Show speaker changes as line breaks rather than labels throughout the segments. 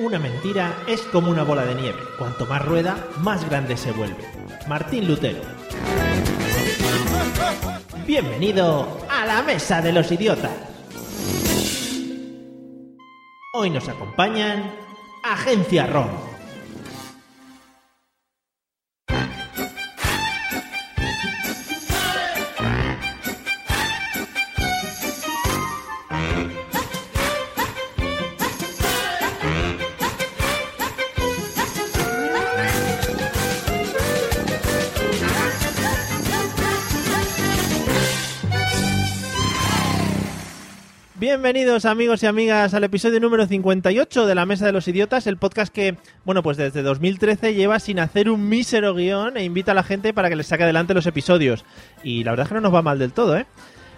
Una mentira es como una bola de nieve. Cuanto más rueda, más grande se vuelve. Martín Lutero. Bienvenido a la Mesa de los Idiotas. Hoy nos acompañan Agencia ROM. Bienvenidos amigos y amigas al episodio número 58 de La Mesa de los Idiotas, el podcast que, bueno, pues desde 2013 lleva sin hacer un mísero guión e invita a la gente para que les saque adelante los episodios. Y la verdad es que no nos va mal del todo, ¿eh?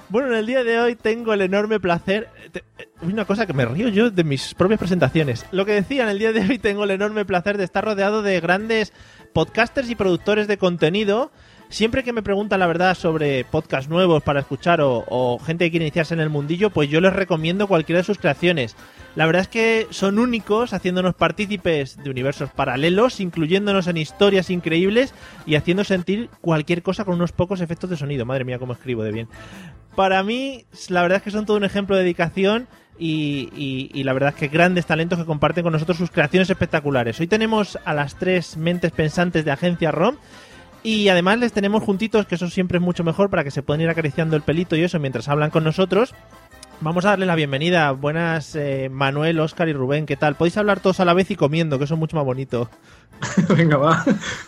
Bueno, en el día de hoy tengo el enorme placer... te- eh, Una cosa que me río yo de mis propias presentaciones. Lo que decía, en el día de hoy tengo el enorme placer de estar rodeado de grandes podcasters y productores de contenido Siempre que me preguntan la verdad sobre podcasts nuevos para escuchar o, o gente que quiere iniciarse en el mundillo, pues yo les recomiendo cualquiera de sus creaciones. La verdad es que son únicos, haciéndonos partícipes de universos paralelos, incluyéndonos en historias increíbles y haciendo sentir cualquier cosa con unos pocos efectos de sonido. Madre mía, cómo escribo de bien. Para mí, la verdad es que son todo un ejemplo de dedicación y, y- y la verdad es que grandes talentos que comparten con nosotros sus creaciones espectaculares. Hoy tenemos a las tres mentes pensantes de Agencia ROM. Y además les tenemos juntitos, que eso siempre es mucho mejor para que se puedan ir acariciando el pelito y eso mientras hablan con nosotros. Vamos a darles la bienvenida. Buenas, eh, Manuel, Óscar y Rubén, ¿qué tal? Podéis hablar todos a la vez y comiendo, que eso es mucho más bonito.
Venga, va.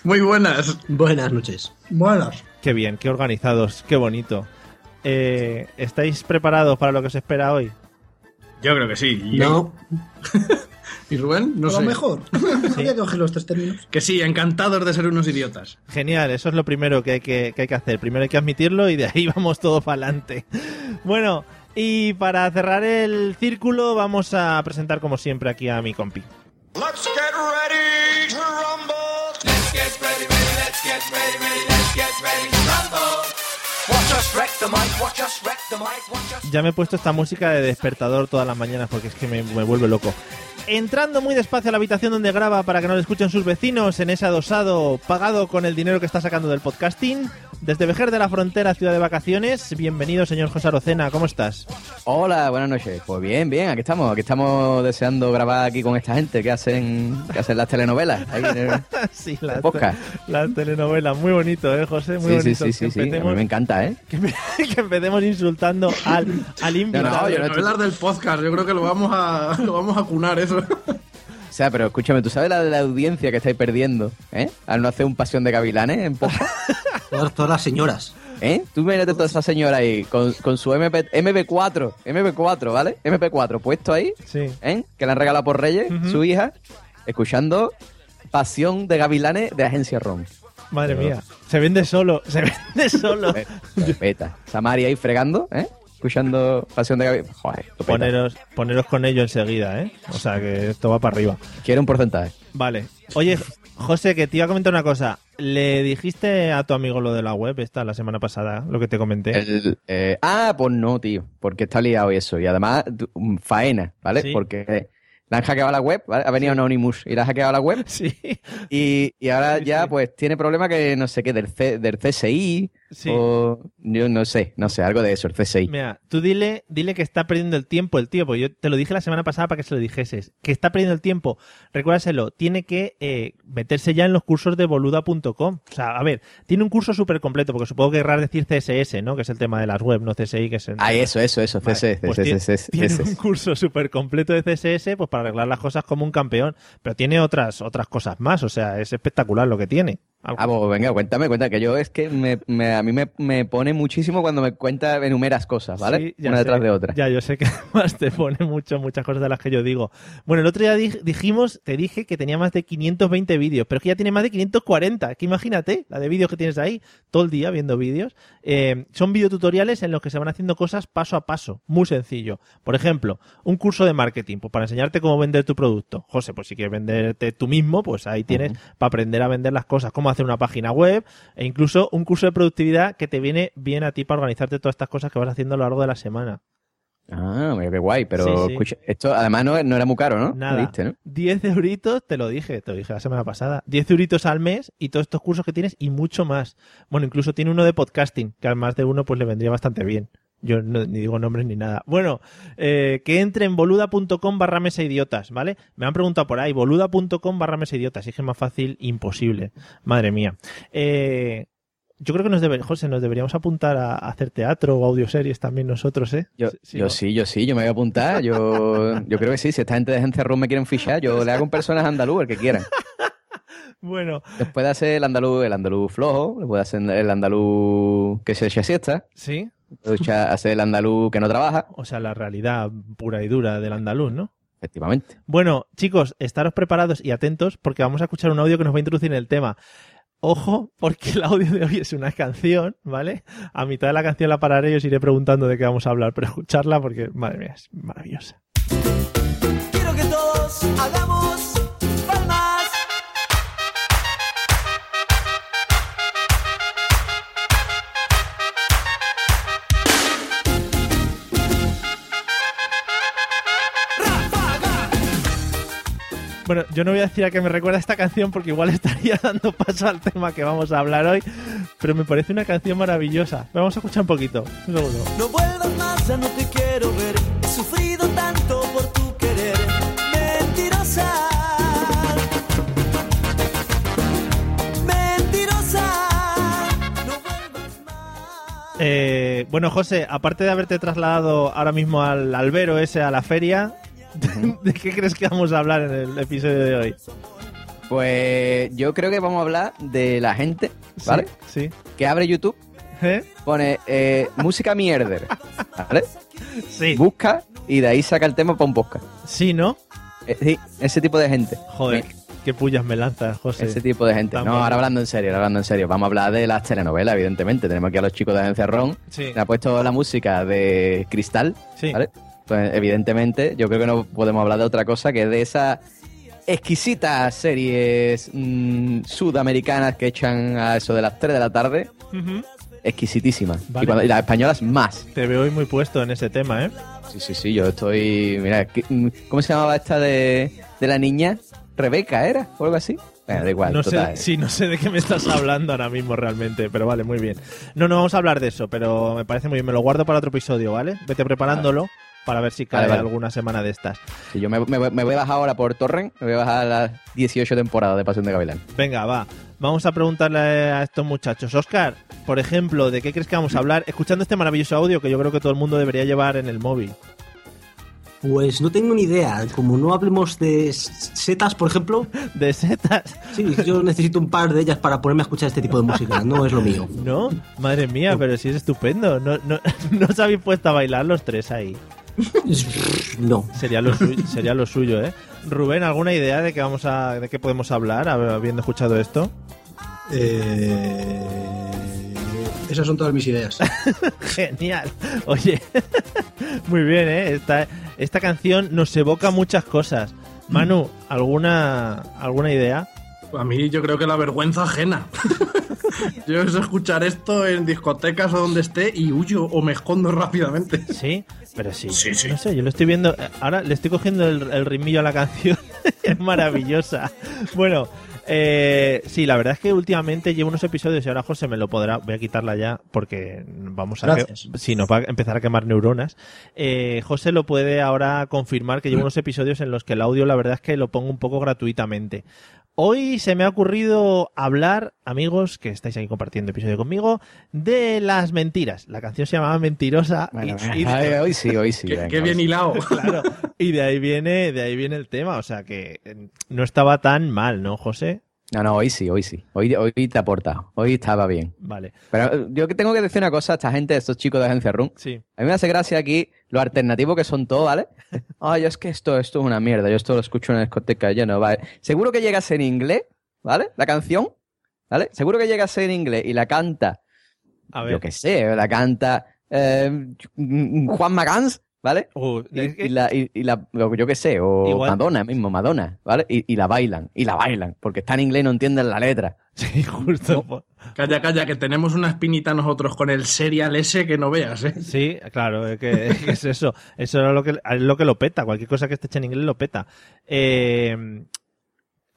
Muy buenas.
Buenas noches.
Buenas.
Qué bien, qué organizados, qué bonito. Eh, ¿Estáis preparados para lo que os espera hoy?
Yo creo que sí. Y-
No,
¿Y Rubén? No
a
sé.
lo mejor. Había que coger los tres términos.
Que sí, encantados de ser unos idiotas.
Genial, eso es lo primero que hay que, que hay que hacer. Primero hay que admitirlo y de ahí vamos todos para adelante. Bueno, y para cerrar el círculo vamos a presentar como siempre aquí a mi compi.
Let's get ready to rumble. Let's get ready, ready, let's get ready, ready, let's get ready to rumble. Watch us wreck the mic, watch us wreck the mic, watch us.
Ya me he puesto esta música de despertador todas las mañanas porque es que me, me vuelve loco. Entrando muy despacio a la habitación donde graba para que no le escuchen sus vecinos, en ese adosado pagado con el dinero que está sacando del podcasting, desde Vejer de la Frontera, ciudad de vacaciones, bienvenido señor José Arocena, ¿cómo estás?
Hola, buenas noches. Pues bien, bien, aquí estamos. Aquí estamos deseando grabar aquí con esta gente que hacen, que hacen las telenovelas. Ahí en el-
sí, la,
podcast.
la telenovela, muy bonito, ¿eh, José? Muy
Sí, sí,
bonito.
sí, sí,
que,
sí. A mí
empecemos,
me encanta, ¿eh?
que empe- que empecemos insultando al, al invitado.
No, yo no estoy-
hablar del podcast, yo creo que lo vamos a, lo vamos a cunar eso.
O sea, pero escúchame, ¿tú sabes la, la audiencia que estáis perdiendo, eh? Al no hacer un pasión de gavilanes en podcast,
todas, todas las señoras.
¿eh? Tú imagínate toda esa señora ahí con, con su MP, MB4, MB4, ¿vale? MP4 puesto ahí,
Sí.
¿eh? Que le han regalado por Reyes,
Ujú.
su hija, escuchando Pasión de Gavilanes de Agencia ROM.
Madre mía, se vende solo, se vende solo.
Eh, Topeta. Samaria ahí fregando, ¿eh? Escuchando Pasión de Gaby. Joder, topeta.
Poneros, poneros con ello enseguida, ¿eh? O sea, que esto va para arriba.
Quiero un porcentaje.
Vale. Oye, José, que te iba a comentar una cosa. ¿Le dijiste a tu amigo lo de la web esta la semana pasada, lo que te comenté?
El, eh, ah, pues no, tío. Porque está liado eso. Y además, tu- mm, faena, ¿vale?
Sí.
Porque la han hackeado la web, ¿vale? Ha venido Anonymous y la ha hackeado la web.
Sí,
Y, y ahora
Sí,
ya,
sí.
pues, tiene problema que no sé qué, del, C- del CSI.
sí.
O yo no sé, no sé, algo de eso, el CSI.
Mira, tú dile, dile que está perdiendo el tiempo el tío, porque yo te lo dije la semana pasada para que se lo dijeses. Que está perdiendo el tiempo. Recuérdaselo, tiene que eh, meterse ya en los cursos de boluda.com. O sea, a ver, tiene un curso súper completo, porque supongo que querrás decir CSS, ¿no? Que es el tema de las web, no CSI, que es el...
Ah, eso, eso, eso,
Vale,
CSI,
pues
CSI,
tiene- tiene
CSI.
un curso súper completo de CSS pues para arreglar las cosas como un campeón, pero tiene otras otras cosas más, o sea, es espectacular lo que tiene. Algo.
Ah, pues venga, cuéntame, cuéntame, que yo es que me- me- a mí me, me pone muchísimo cuando me cuenta, enumeras cosas, ¿vale?
Sí, ya
Una detrás
sé.
de otra.
Ya, yo sé que además te pone mucho, muchas cosas de las que yo digo. Bueno, el otro día dij- dijimos, te dije que tenía más de 520 vídeos, pero es que ya tiene más de 540. Que imagínate la de vídeos que tienes ahí, todo el día viendo vídeos. Eh, son videotutoriales en los que se van haciendo cosas paso a paso, muy sencillo. Por ejemplo, un curso de marketing, pues para enseñarte cómo vender tu producto. José, pues si quieres venderte tú mismo, pues ahí tienes para aprender a vender las cosas, cómo hacer una página web, e incluso un curso de productividad que te viene bien a ti para organizarte todas estas cosas que vas haciendo a lo largo de la semana.
Ah, mira, qué guay, pero
Sí, sí.
escucha, esto además no, no era muy caro, ¿no?
Nada.
Me diste, ¿no?
10 euritos, te lo dije, te lo dije la semana pasada. 10 euritos al mes y todos estos cursos que tienes y mucho más. Bueno, incluso tiene uno de podcasting, que además de uno pues le vendría bastante bien. Yo no- ni digo nombres ni nada. Bueno, eh, que entre en boluda.com barra mesa idiotas, ¿vale? Me han preguntado por ahí, boluda.com barra mesa idiotas. Y Es que es más fácil, imposible. Madre mía. Eh, yo creo que nos debe, José, nos deberíamos apuntar a, a hacer teatro o audioseries también nosotros, ¿eh?
Yo,
Sí, sí,
yo
¿no?
sí, yo sí, yo me voy a apuntar. Yo, yo creo que sí, si esta gente de Agencia Room me quieren fichar, yo le hago un personaje andaluz, el que quieran.
Bueno,
Les puede hacer el andaluz, el andaluz flojo, le puede hacer el andaluz que se echa siesta,
sí.
puede echa- hacer el andaluz que no trabaja,
O sea, la realidad pura y dura del andaluz, ¿no?
efectivamente.
Bueno, chicos, estaros preparados y atentos porque vamos a escuchar un audio que nos va a introducir en el tema. Ojo, porque el audio de hoy es una canción, ¿vale? A mitad de la canción la pararé y os iré preguntando de qué vamos a hablar, pero escucharla porque, madre mía, es maravillosa.
Quiero que todos hagamos palmas.
Bueno, yo no voy a decir a qué me recuerda esta canción porque igual estaría dando paso al tema que vamos a hablar hoy, pero me parece una canción maravillosa. Vamos a escuchar un poquito, un segundo.
No vuelvas más, ya no te quiero ver. He sufrido tanto por tu querer, mentirosa. Mentirosa. No vuelvas más.
Eh, bueno, José, aparte de haberte trasladado ahora mismo al albero ese, a la feria, ¿de qué crees que vamos a hablar en el episodio de hoy?
Pues yo creo que vamos a hablar de la gente, ¿vale?
Sí.
Que abre YouTube,
¿Eh?
pone eh, música mierder, ¿vale?
Sí.
Busca y de ahí saca el tema para un podcast.
Sí, ¿no?
Eh, sí, ese tipo de gente.
Joder,
Me-
qué pullas me lanzas, José.
Ese tipo de gente.
Tan
No,
bueno.
ahora hablando en serio, ahora hablando en serio. Vamos a hablar de las telenovelas, evidentemente. Tenemos aquí a los chicos de Agencia Ron.
Sí.
Se ha puesto la música de Cristal,
Sí.
¿vale? Pues evidentemente yo creo que no podemos hablar de otra cosa que de esas exquisitas series mm, sudamericanas que echan a eso de las 3 de la tarde.
Ujú.
Exquisitísimas.
Vale.
Y, cuando- y las españolas más.
Te veo hoy muy puesto en ese tema, ¿eh?
Sí, sí, sí, yo estoy... Mira, ¿qué- mm, ¿cómo se llamaba esta de, de la niña? Rebeca, ¿era? ¿O algo así? Bueno, da igual,
no
total. eh.
sé, sí, no sé de qué me estás hablando ahora mismo realmente, pero vale, muy bien. No, no vamos a hablar de eso, pero me parece muy bien. Me lo guardo para otro episodio, ¿vale? Vete preparándolo para ver si cae
Vale, vale.
alguna semana de estas.
Sí, yo me, me- me voy a bajar ahora por Torrent, me voy a bajar las 18 temporadas de Pasión de Gavilán.
Venga, va. Vamos a preguntarle a estos muchachos. Oscar, por ejemplo, ¿de qué crees que vamos a hablar? Escuchando este maravilloso audio que yo creo que todo el mundo debería llevar en el móvil.
Pues no tengo ni idea. Como no hablemos de s- setas, por ejemplo,
De setas,
sí, yo necesito un par de ellas para ponerme a escuchar este tipo de música. No es lo mío.
¿no? Madre mía, pero sí es estupendo. No, no, no os habéis puesto a bailar los tres ahí.
No.
Sería lo, suyo, sería lo suyo, ¿eh? Rubén, ¿alguna idea de qué, vamos a, de qué podemos hablar habiendo escuchado esto?
Eh, esas son todas mis ideas.
Genial. Oye, muy bien, ¿eh? Esta, esta canción nos evoca muchas cosas. Manu, ¿alguna, alguna idea?
A mí yo creo que la vergüenza ajena. yo es escuchar esto en discotecas o donde esté y huyo o me escondo rápidamente.
Sí, pero sí.
Sí, sí.
No sé, yo lo estoy viendo. Ahora le estoy cogiendo el, el ritmillo a la canción. es maravillosa. bueno, eh, sí, la verdad es que últimamente llevo unos episodios y ahora José me lo podrá. Voy a quitarla ya porque vamos a.
Gracias.
que- sí, nos va a empezar a quemar neuronas. Eh, José lo puede ahora confirmar
Mm.
que llevo unos episodios en los que el audio, la verdad es que lo pongo un poco gratuitamente. Hoy se me ha ocurrido hablar, amigos que estáis aquí compartiendo episodio conmigo, de las mentiras. La canción se llamaba Mentirosa
Bueno,
y- y-
ay, hoy sí, hoy sí.
Qué,
venga,
qué
hoy
bien
sí.
hilado.
Claro, y de ahí viene, de ahí viene el tema, o sea que eh, no estaba tan mal, ¿no, José?
No, no, hoy sí, hoy sí. Hoy, hoy te aporta. Hoy estaba bien.
Vale.
Pero eh, yo que tengo que decir una cosa a esta gente, a estos chicos de Agencia Room.
Sí.
A mí me hace gracia aquí lo alternativo que son todos, ¿vale? Ay, es que esto, esto es una mierda. Yo esto lo escucho en la discoteca, yo no, vale. Seguro que llegas en inglés, ¿vale? La canción, ¿vale? Seguro que llegas en inglés y la canta,
A
yo
ver.
qué sé, la canta eh, Juan Magans, ¿vale?
Uh,
Y,
es que-
y la, y, y la- lo que yo qué sé, o
Igual.
Madonna mismo, Madonna, ¿vale? Y, y la bailan, y la bailan, porque está en inglés y no entienden la letra.
Sí, justo. pues.
Calla, calla, que tenemos una espinita nosotros con el Serial S que no veas, ¿eh?
Sí, claro, es que, es que es eso. Eso era lo que, es lo que lo peta. Cualquier cosa que esté hecha en inglés lo peta. Eh,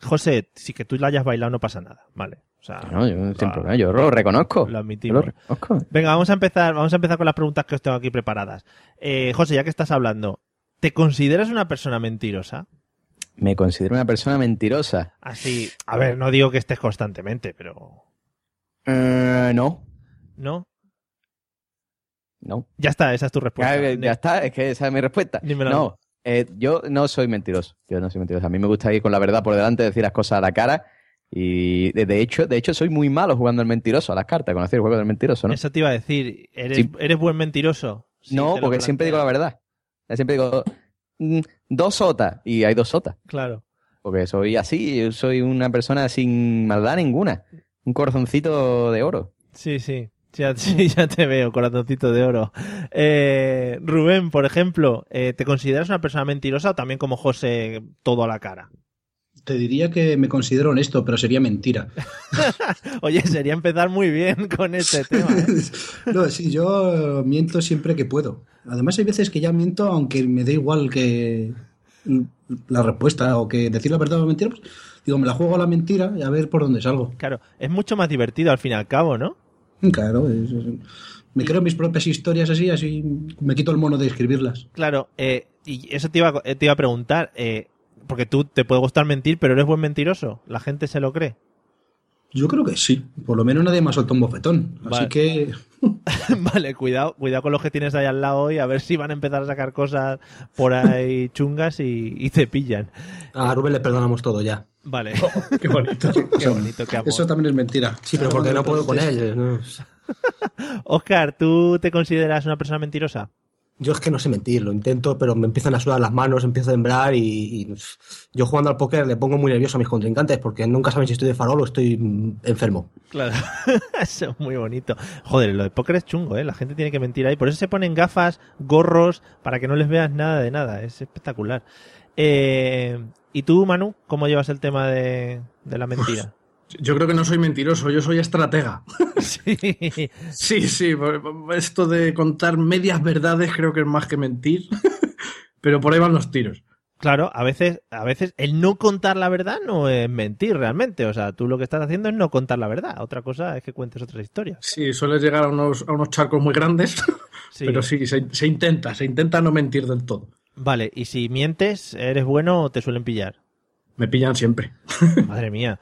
José, si que tú la hayas bailado no pasa nada, ¿vale? O sea,
No, yo, sin
Ah.
problema, yo lo reconozco.
lo
Yo lo
admitimos.
reconozco.
Venga, vamos a empezar, vamos a empezar con las preguntas que os tengo aquí preparadas. Eh, José, ya que estás hablando, ¿te consideras una persona mentirosa?
Me considero una persona mentirosa.
Así, a ver, no digo que estés constantemente, pero
Eh, no,
¿no?
no.
Ya está, esa es tu respuesta.
ya, ya está, es que esa es mi respuesta.
Ni me la-
No, eh, yo no soy mentiroso. Yo no soy mentiroso. A mí me gusta ir con la verdad por delante, decir las cosas a la cara. Y de, de hecho, de hecho, soy muy malo jugando al mentiroso, a las cartas, conocer el juego del mentiroso, ¿no?
Eso te iba a decir, eres,
Sí.
eres buen mentiroso. si
no,
te lo
porque siempre digo la
planteas.
verdad. Yo siempre digo mm, dos sotas, y hay dos sotas.
Claro.
Porque soy así, yo soy una persona sin maldad ninguna. Un corazoncito de oro.
Sí, sí. Ya, sí, ya te veo, corazoncito de oro. Eh, Rubén, por ejemplo, eh, ¿te consideras una persona mentirosa o también como José todo a la cara?
Te diría que me considero honesto, pero sería mentira.
Oye, sería empezar muy bien con este tema. ¿eh?
no, sí, yo miento siempre que puedo. Además, hay veces que ya miento, aunque me dé igual que la respuesta o que decir la verdad o la mentira, pues digo, me la juego a la mentira y a ver por dónde salgo.
Claro, es mucho más divertido al fin y al cabo, ¿no?
Claro, es- es- me creo mis propias historias así, así me quito el mono de escribirlas.
Claro, eh, y eso te iba, a- te iba a preguntar, eh, porque tú te puede gustar mentir, pero eres buen mentiroso. La gente se lo cree.
Yo creo que sí, por lo menos nadie me ha soltado un bofetón.
Vale.
Así que
vale, cuidado, cuidado con los que tienes ahí al lado hoy, a ver si van a empezar a sacar cosas por ahí chungas y, y te pillan.
Ah, A Rubén le perdonamos todo ya.
Vale.
Qué bonito.
Qué bonito, qué amor.
eso también es mentira.
Sí, pero porque no puedo con él. ¿no?
Oscar, ¿tú te consideras una persona mentirosa?
Yo es que no sé mentir, lo intento, pero me empiezan a sudar las manos, empiezo a temblar y, y, pff, yo jugando al póker le pongo muy nervioso a mis contrincantes porque nunca saben si estoy de farol o estoy mm, enfermo.
Claro. eso es muy bonito. Joder, lo de póker es chungo, ¿eh? La gente tiene que mentir ahí. Por eso se ponen gafas, gorros, para que no les veas nada de nada. Es espectacular. Eh, ¿Y tú, Manu, cómo llevas el tema de, de la mentira?
Yo creo que no soy mentiroso, yo soy estratega.
sí.
Sí, sí, por- esto de contar medias verdades creo que es más que mentir, pero por ahí van los tiros.
Claro, a veces, a veces el no contar la verdad no es mentir realmente. O sea, tú lo que estás haciendo es no contar la verdad. Otra cosa es que cuentes otras historias.
Sí, sueles llegar a unos, a unos charcos muy grandes,
Sí.
pero sí, se, se intenta, se intenta no mentir del todo.
Vale, y si mientes, eres bueno o te suelen pillar.
Me pillan siempre.
Madre mía,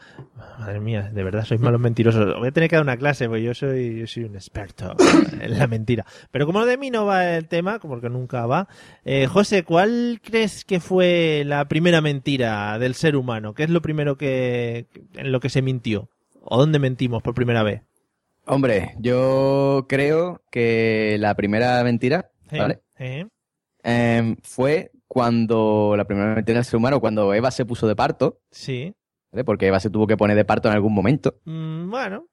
madre mía, de verdad sois malos mentirosos. Voy a tener que dar una clase, porque yo soy, yo soy un experto en la mentira. Pero como de mí no va el tema, como que nunca va, eh, José, ¿cuál crees que fue la primera mentira del ser humano? ¿Qué es lo primero que en lo que se mintió? ¿O dónde mentimos por primera vez?
Hombre, yo creo que la primera mentira,
¿Eh?
¿vale?
¿Eh?
Em, fue cuando la primera mentira del ser humano, cuando Eva se puso de parto,
Sí.
¿vale? Porque Eva se tuvo que poner de parto en algún momento,
Mm, bueno,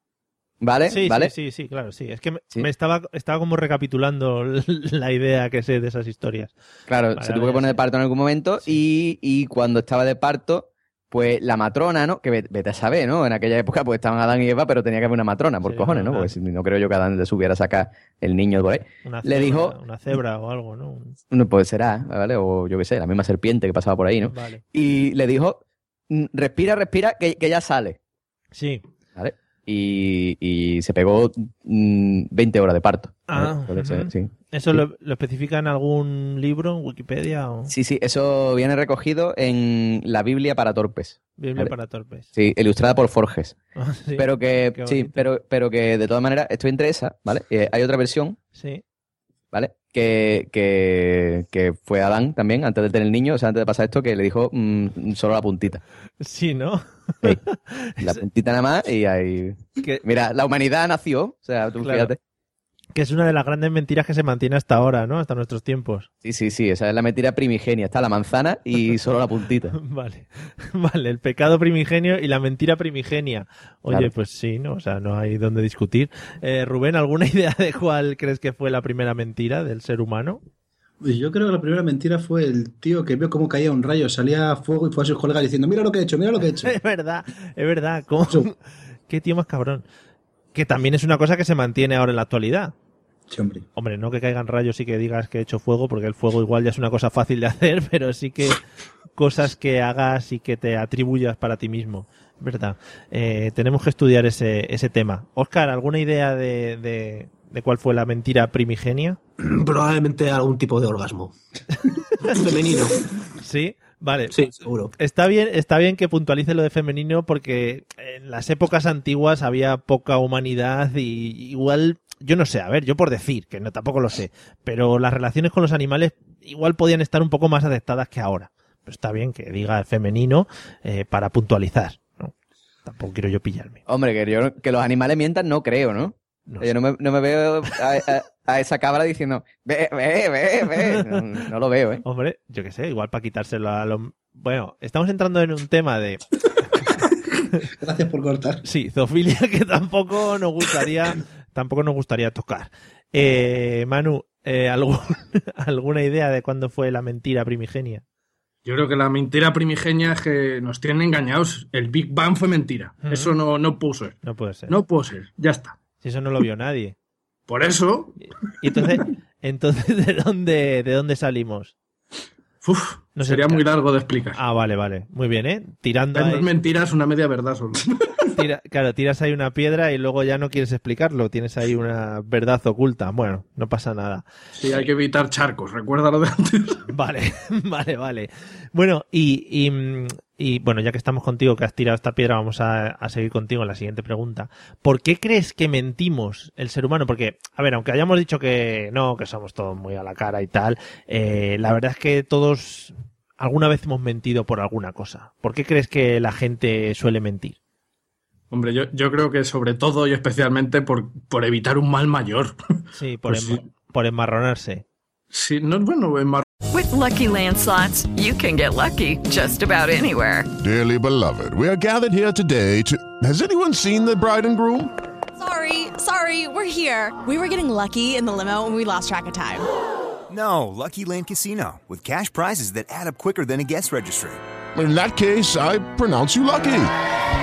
¿vale?
sí,
¿Vale?
sí, sí, sí, claro, sí. Es que me,
Sí.
me estaba, estaba como recapitulando la idea que sé de esas historias.
Claro,
Vale,
se tuvo
ahora
que
ya
poner de
sé.
parto en algún momento y, y cuando estaba de parto, pues la matrona, ¿no? Que ve- vete a saber, ¿no? En aquella época pues estaban Adán y Eva, pero tenía que haber una matrona, por
Sí,
cojones,
una
¿no? Porque
matrona.
si no creo yo que Adán le supiera sacar el niño por ahí.
Una cebra,
Le dijo-
Una cebra o algo, ¿no? Un-
No, pues será, ¿vale? O yo qué sé, la misma serpiente que pasaba por ahí, ¿no?
Vale.
Y le dijo, "Mm, respira, respira, que, que ya sale.
Sí.
Y, y se pegó mm, 20 horas de parto.
Ah,
Por eso,
ujú.
sí.
¿Eso
Sí.
Lo, lo especifica en algún libro, en Wikipedia o
sí, sí, eso viene recogido en la Biblia para torpes.
Biblia
Vale.
para torpes?
Sí, ilustrada por Forges.
Ah, sí.
Pero que,
qué
sí,
bonito.
pero, pero que de todas maneras estoy entre esa, ¿vale? Eh, hay otra versión
Sí.
¿vale? Que, que, que fue Adán también, antes de tener el niño, o sea, antes de pasar esto, que le dijo mm, solo la puntita.
Sí, ¿no?
Sí. La puntita nada más y ahí...
Que-
Mira, la humanidad nació, o sea, tú
Claro.
fíjate.
Que es una de las grandes mentiras que se mantiene hasta ahora, ¿no? Hasta nuestros tiempos.
Sí, sí, sí, esa es la mentira primigenia. Está la manzana y solo la puntita.
Vale. Vale, el pecado primigenio y la mentira primigenia. Oye,
Claro.
pues sí, ¿no? O sea, no hay donde discutir. Eh, Rubén, ¿alguna idea de cuál crees que fue la primera mentira del ser humano?
Pues Yo creo que la primera mentira fue el tío que vio cómo caía un rayo, salía fuego y fue a sus colegas diciendo, mira lo que he hecho, mira lo que he hecho.
Es verdad, es verdad. ¿Cómo?
Sí.
Qué tío más cabrón. Que también es una cosa que se mantiene ahora en la actualidad.
Sí, hombre.
Hombre, no que caigan rayos y que digas que he hecho fuego, porque el fuego igual ya es una cosa fácil de hacer, pero sí que cosas que hagas y que te atribuyas para ti mismo. ¿Verdad? Eh, tenemos que estudiar ese, ese tema. Oscar, ¿alguna idea de, de, de cuál fue la mentira primigenia?
Probablemente algún tipo de orgasmo. Femenino.
Sí, vale.
Sí, seguro.
Está bien, está bien que puntualice lo de femenino porque en las épocas antiguas había poca humanidad y igual, yo no sé, a ver, yo por decir, que no tampoco lo sé, pero las relaciones con los animales igual podían estar un poco más aceptadas que ahora. Pero está bien que diga femenino eh, para puntualizar, ¿no? Tampoco quiero yo pillarme.
Hombre, que, yo- que los animales mientan no creo, ¿no?
No
Yo
sé.
no me, no me veo a, a- a esa cabra diciendo, ve, ve, ve, ve. No, no lo veo, ¿eh?
Hombre, yo qué sé, igual para quitárselo a los... Bueno, estamos entrando en un tema de
Gracias por cortar.
Sí, zoofilia que tampoco nos gustaría, tampoco nos gustaría tocar. Eh, Manu, eh, ¿algún- ¿alguna idea de cuándo fue la mentira primigenia?
Yo creo que la mentira primigenia es que nos tienen engañados. El Big Bang fue mentira.
Ujú.
Eso no, no pudo ser.
No puede ser.
No pudo ser. Ya está.
Si eso no lo vio nadie.
Por eso,
Y entonces, entonces ¿de dónde, de dónde salimos?
uf,
No sé,
sería
claro.
muy largo de explicar.
Ah, vale, vale. Muy bien, ¿eh? Tirando
Hay dos
ahí,
mentiras, una media verdad solo.
tira- claro, tiras ahí una piedra y luego ya no quieres explicarlo. Tienes ahí una verdad oculta. Bueno, no pasa nada.
Sí, hay que evitar charcos. Recuerda lo de antes.
Vale, vale, vale. Bueno, y, y, mm, y, bueno, ya que estamos contigo, que has tirado esta piedra, vamos a, a seguir contigo en la siguiente pregunta. ¿Por qué crees que mentimos el ser humano? Porque, a ver, aunque hayamos dicho que no, que somos todos muy a la cara y tal, eh, la verdad es que todos alguna vez hemos mentido por alguna cosa. ¿Por qué crees que la gente suele mentir?
Hombre, yo, yo creo que sobre todo y especialmente por, por evitar un mal mayor.
Sí, por,
Pues
enma-
sí.
por enmarronarse.
Si no es bueno, en mar-
With Lucky Land slots, you can get lucky just about anywhere.
Dearly beloved, we are gathered here today to. Has anyone seen the bride and groom?
Sorry, sorry, we're here. We were getting lucky in the limo and we lost track of time.
No, Lucky Land Casino, with cash prizes that add up quicker than a guest registry.
In that case, I pronounce you lucky.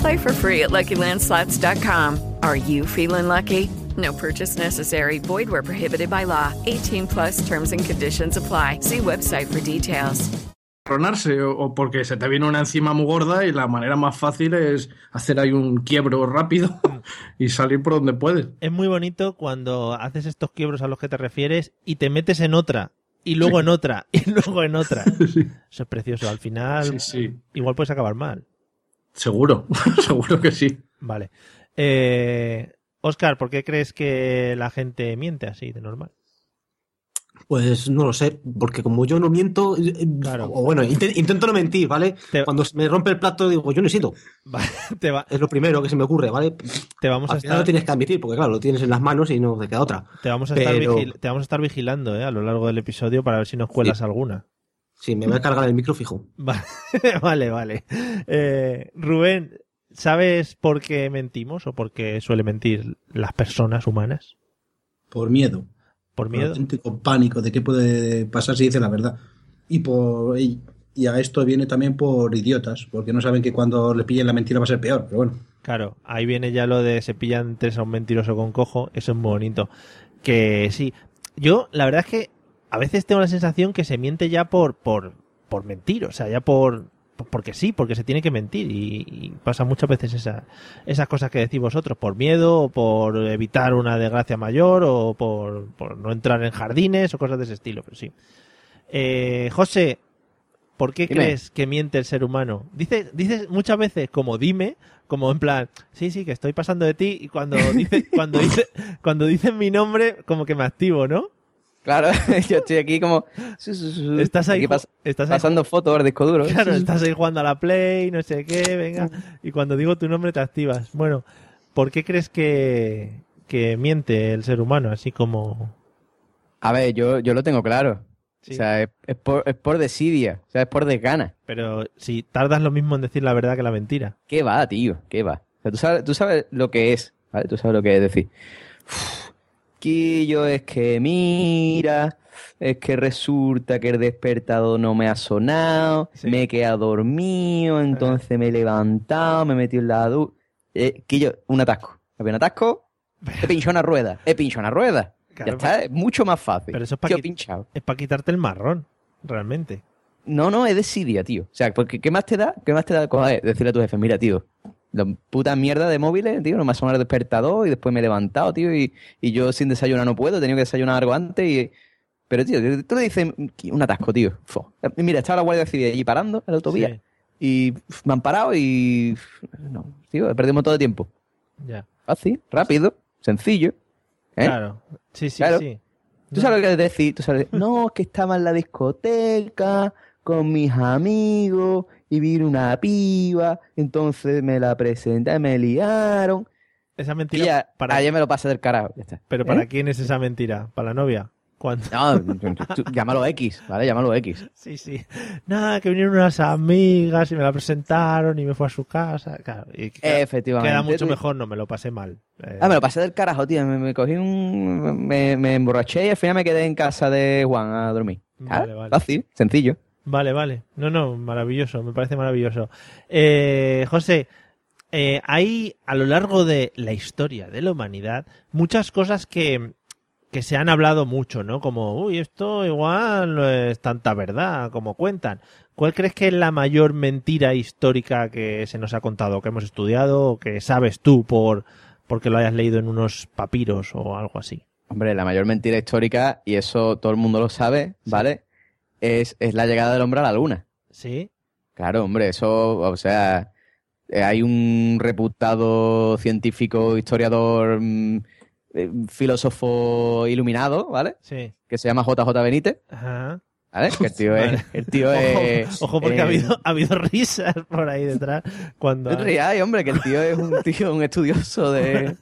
Play for free at LuckyLandSlots.com. Are you feeling lucky? No purchase necessary. Void were prohibited by law. 18 plus terms and conditions apply. See website for details.
marronarse o, o porque se te viene una encima muy gorda y la manera más fácil es hacer ahí un quiebro rápido y salir por donde puedes.
Es muy bonito cuando haces estos quiebros a los que te refieres y te metes en otra, y luego en otra, y luego en otra. Eso es precioso. Al final,
Sí, sí,
igual puedes acabar mal.
seguro, seguro que sí.
Vale. Eh, Oscar, ¿por qué crees que la gente miente así de normal?
Pues no lo sé, porque como yo no miento, eh, eh,
Claro.
o bueno, inte- intento no mentir, ¿vale?
Te-
Cuando se me rompe el plato digo, yo no he sido.
Va- te, va-
Es lo primero que se me ocurre, ¿vale?
te vamos a
Al final lo
estar,
tienes que admitir, porque claro, lo tienes en las manos y no te queda otra.
te vamos a estar,
pero-
vigil- te vamos a estar vigilando eh, a lo largo del episodio para ver si nos cuelas alguna.
Sí, me voy a cargar el micro fijo.
Va- Vale, vale. Eh, Rubén, ¿sabes por qué mentimos o por qué suele mentir las personas humanas?
Por miedo.
¿Por
Por
miedo?
auténtico pánico de qué puede pasar si dice la verdad. Y por y, y a esto viene también por idiotas, porque no saben que cuando le pillen la mentira va a ser peor, pero bueno.
Claro, ahí viene ya lo de se pillan tres a un mentiroso con cojo, eso es muy bonito. Que sí, yo la verdad es que a veces tengo la sensación que se miente ya por, por, por mentir, o sea, ya por, por- porque sí, porque se tiene que mentir y, y pasa muchas veces esa, esas cosas que decís vosotros, por miedo o por evitar una desgracia mayor o por, por no entrar en jardines o cosas de ese estilo, pero sí. Eh, José, ¿por qué
Dime.
crees que miente el ser humano? Dices, dices muchas veces como dime, como en plan, sí, sí, que estoy pasando de ti y cuando dices, cuando dice, cuando dices mi nombre, como que me activo, ¿no?
Claro, yo estoy aquí como.
Estás ahí
aquí
ju-
pas-
estás ahí
pasando fotos al disco duro. ¿eh?
Claro, estás ahí jugando a la Play, no sé qué,
Mm.
venga. Y cuando digo tu nombre te activas. Bueno, ¿por qué crees que, que miente el ser humano? Así como.
A ver, yo, yo lo tengo claro.
Sí.
O sea, es, es por, es por desidia, o sea, es por desgana.
Pero si tardas lo mismo en decir la verdad que la mentira.
¿Qué va, tío? ¿Qué va? O sea, tú sabes, tú sabes lo que es, ¿vale? Tú sabes lo que es decir. "Uf, Quillo, es que mira, es que resulta que el despertador no me ha sonado, me he quedado dormido, entonces me he levantado, me he metido en la ducha. Quillo, un atasco. Había un atasco, he pinchado una rueda, he pinchado una rueda.
Claro,
ya está, es mucho más fácil.
Pero eso es para
Tío,
qui-
pinchado.
Es para quitarte el marrón, realmente.
No, no, es desidia, tío. O sea, porque ¿qué más te da? ¿Qué más te da coger- decirle a tu jefe, mira, tío, la puta mierda de móviles, tío, no me ha sonado el despertador y después me he levantado, tío, y, y yo sin desayunar no puedo, he tenido que desayunar algo antes y... Pero, tío, tú le dices un atasco, tío. Fo. Eh, Mira, estaba la Guardia Civil allí parando en la autovía
Sí.
y uf, me han parado y... uf, No, tío, perdimos todo el tiempo.
Ya.
Fácil, rápido, sencillo. ¿eh?
Claro. Sí, sí,
Claro.
sí.
Tú sabes lo que es decir, tú sabes, no, es que estaba en la discoteca con mis amigos y vino una piba, entonces me la presenté, me liaron.
Esa mentira
Y ya,
para-
ayer me lo pasé del carajo, ya está.
Pero ¿para
¿Eh?
quién es esa mentira? ¿Para la novia? ¿Cuándo?
No, tú- llámalo X, ¿vale? Llámalo X.
Sí, sí. Nada, que vinieron unas amigas y me la presentaron y me fue a su casa. Claro, y que
Eh,
queda-
Efectivamente.
Queda mucho
Tú-
mejor, no me lo pasé mal. Eh,
Ah, me lo pasé del carajo, tío, me, me cogí un... Me, me emborraché y al final me quedé en casa de Juan a dormir. Ah,
Vale, vale.
Fácil, sencillo.
Vale, vale. No, no, maravilloso, me parece maravilloso. Eh, José, eh, hay a lo largo de la historia de la humanidad muchas cosas que, que se han hablado mucho, ¿no? Como, uy, esto igual no es tanta verdad como cuentan. ¿Cuál crees que es la mayor mentira histórica que se nos ha contado, que hemos estudiado, o que sabes tú por porque lo hayas leído en unos papiros o algo así?
Hombre, la mayor mentira histórica, y eso todo el mundo lo sabe, ¿vale? Es, es la llegada del hombre a la luna.
¿Sí?
Claro, hombre, eso, o sea, eh, hay un reputado científico, historiador, mm, eh, filósofo iluminado, ¿vale?
Sí.
Que se llama JJ Benítez,
Ajá.
¿vale? Que el tío es...
Vale.
El tío
Ojo,
es
ojo, porque
eh,
ha, habido, ¿eh? ha habido risas por ahí detrás. Cuando
no te riáis, hombre, que el tío es un tío, un estudioso de,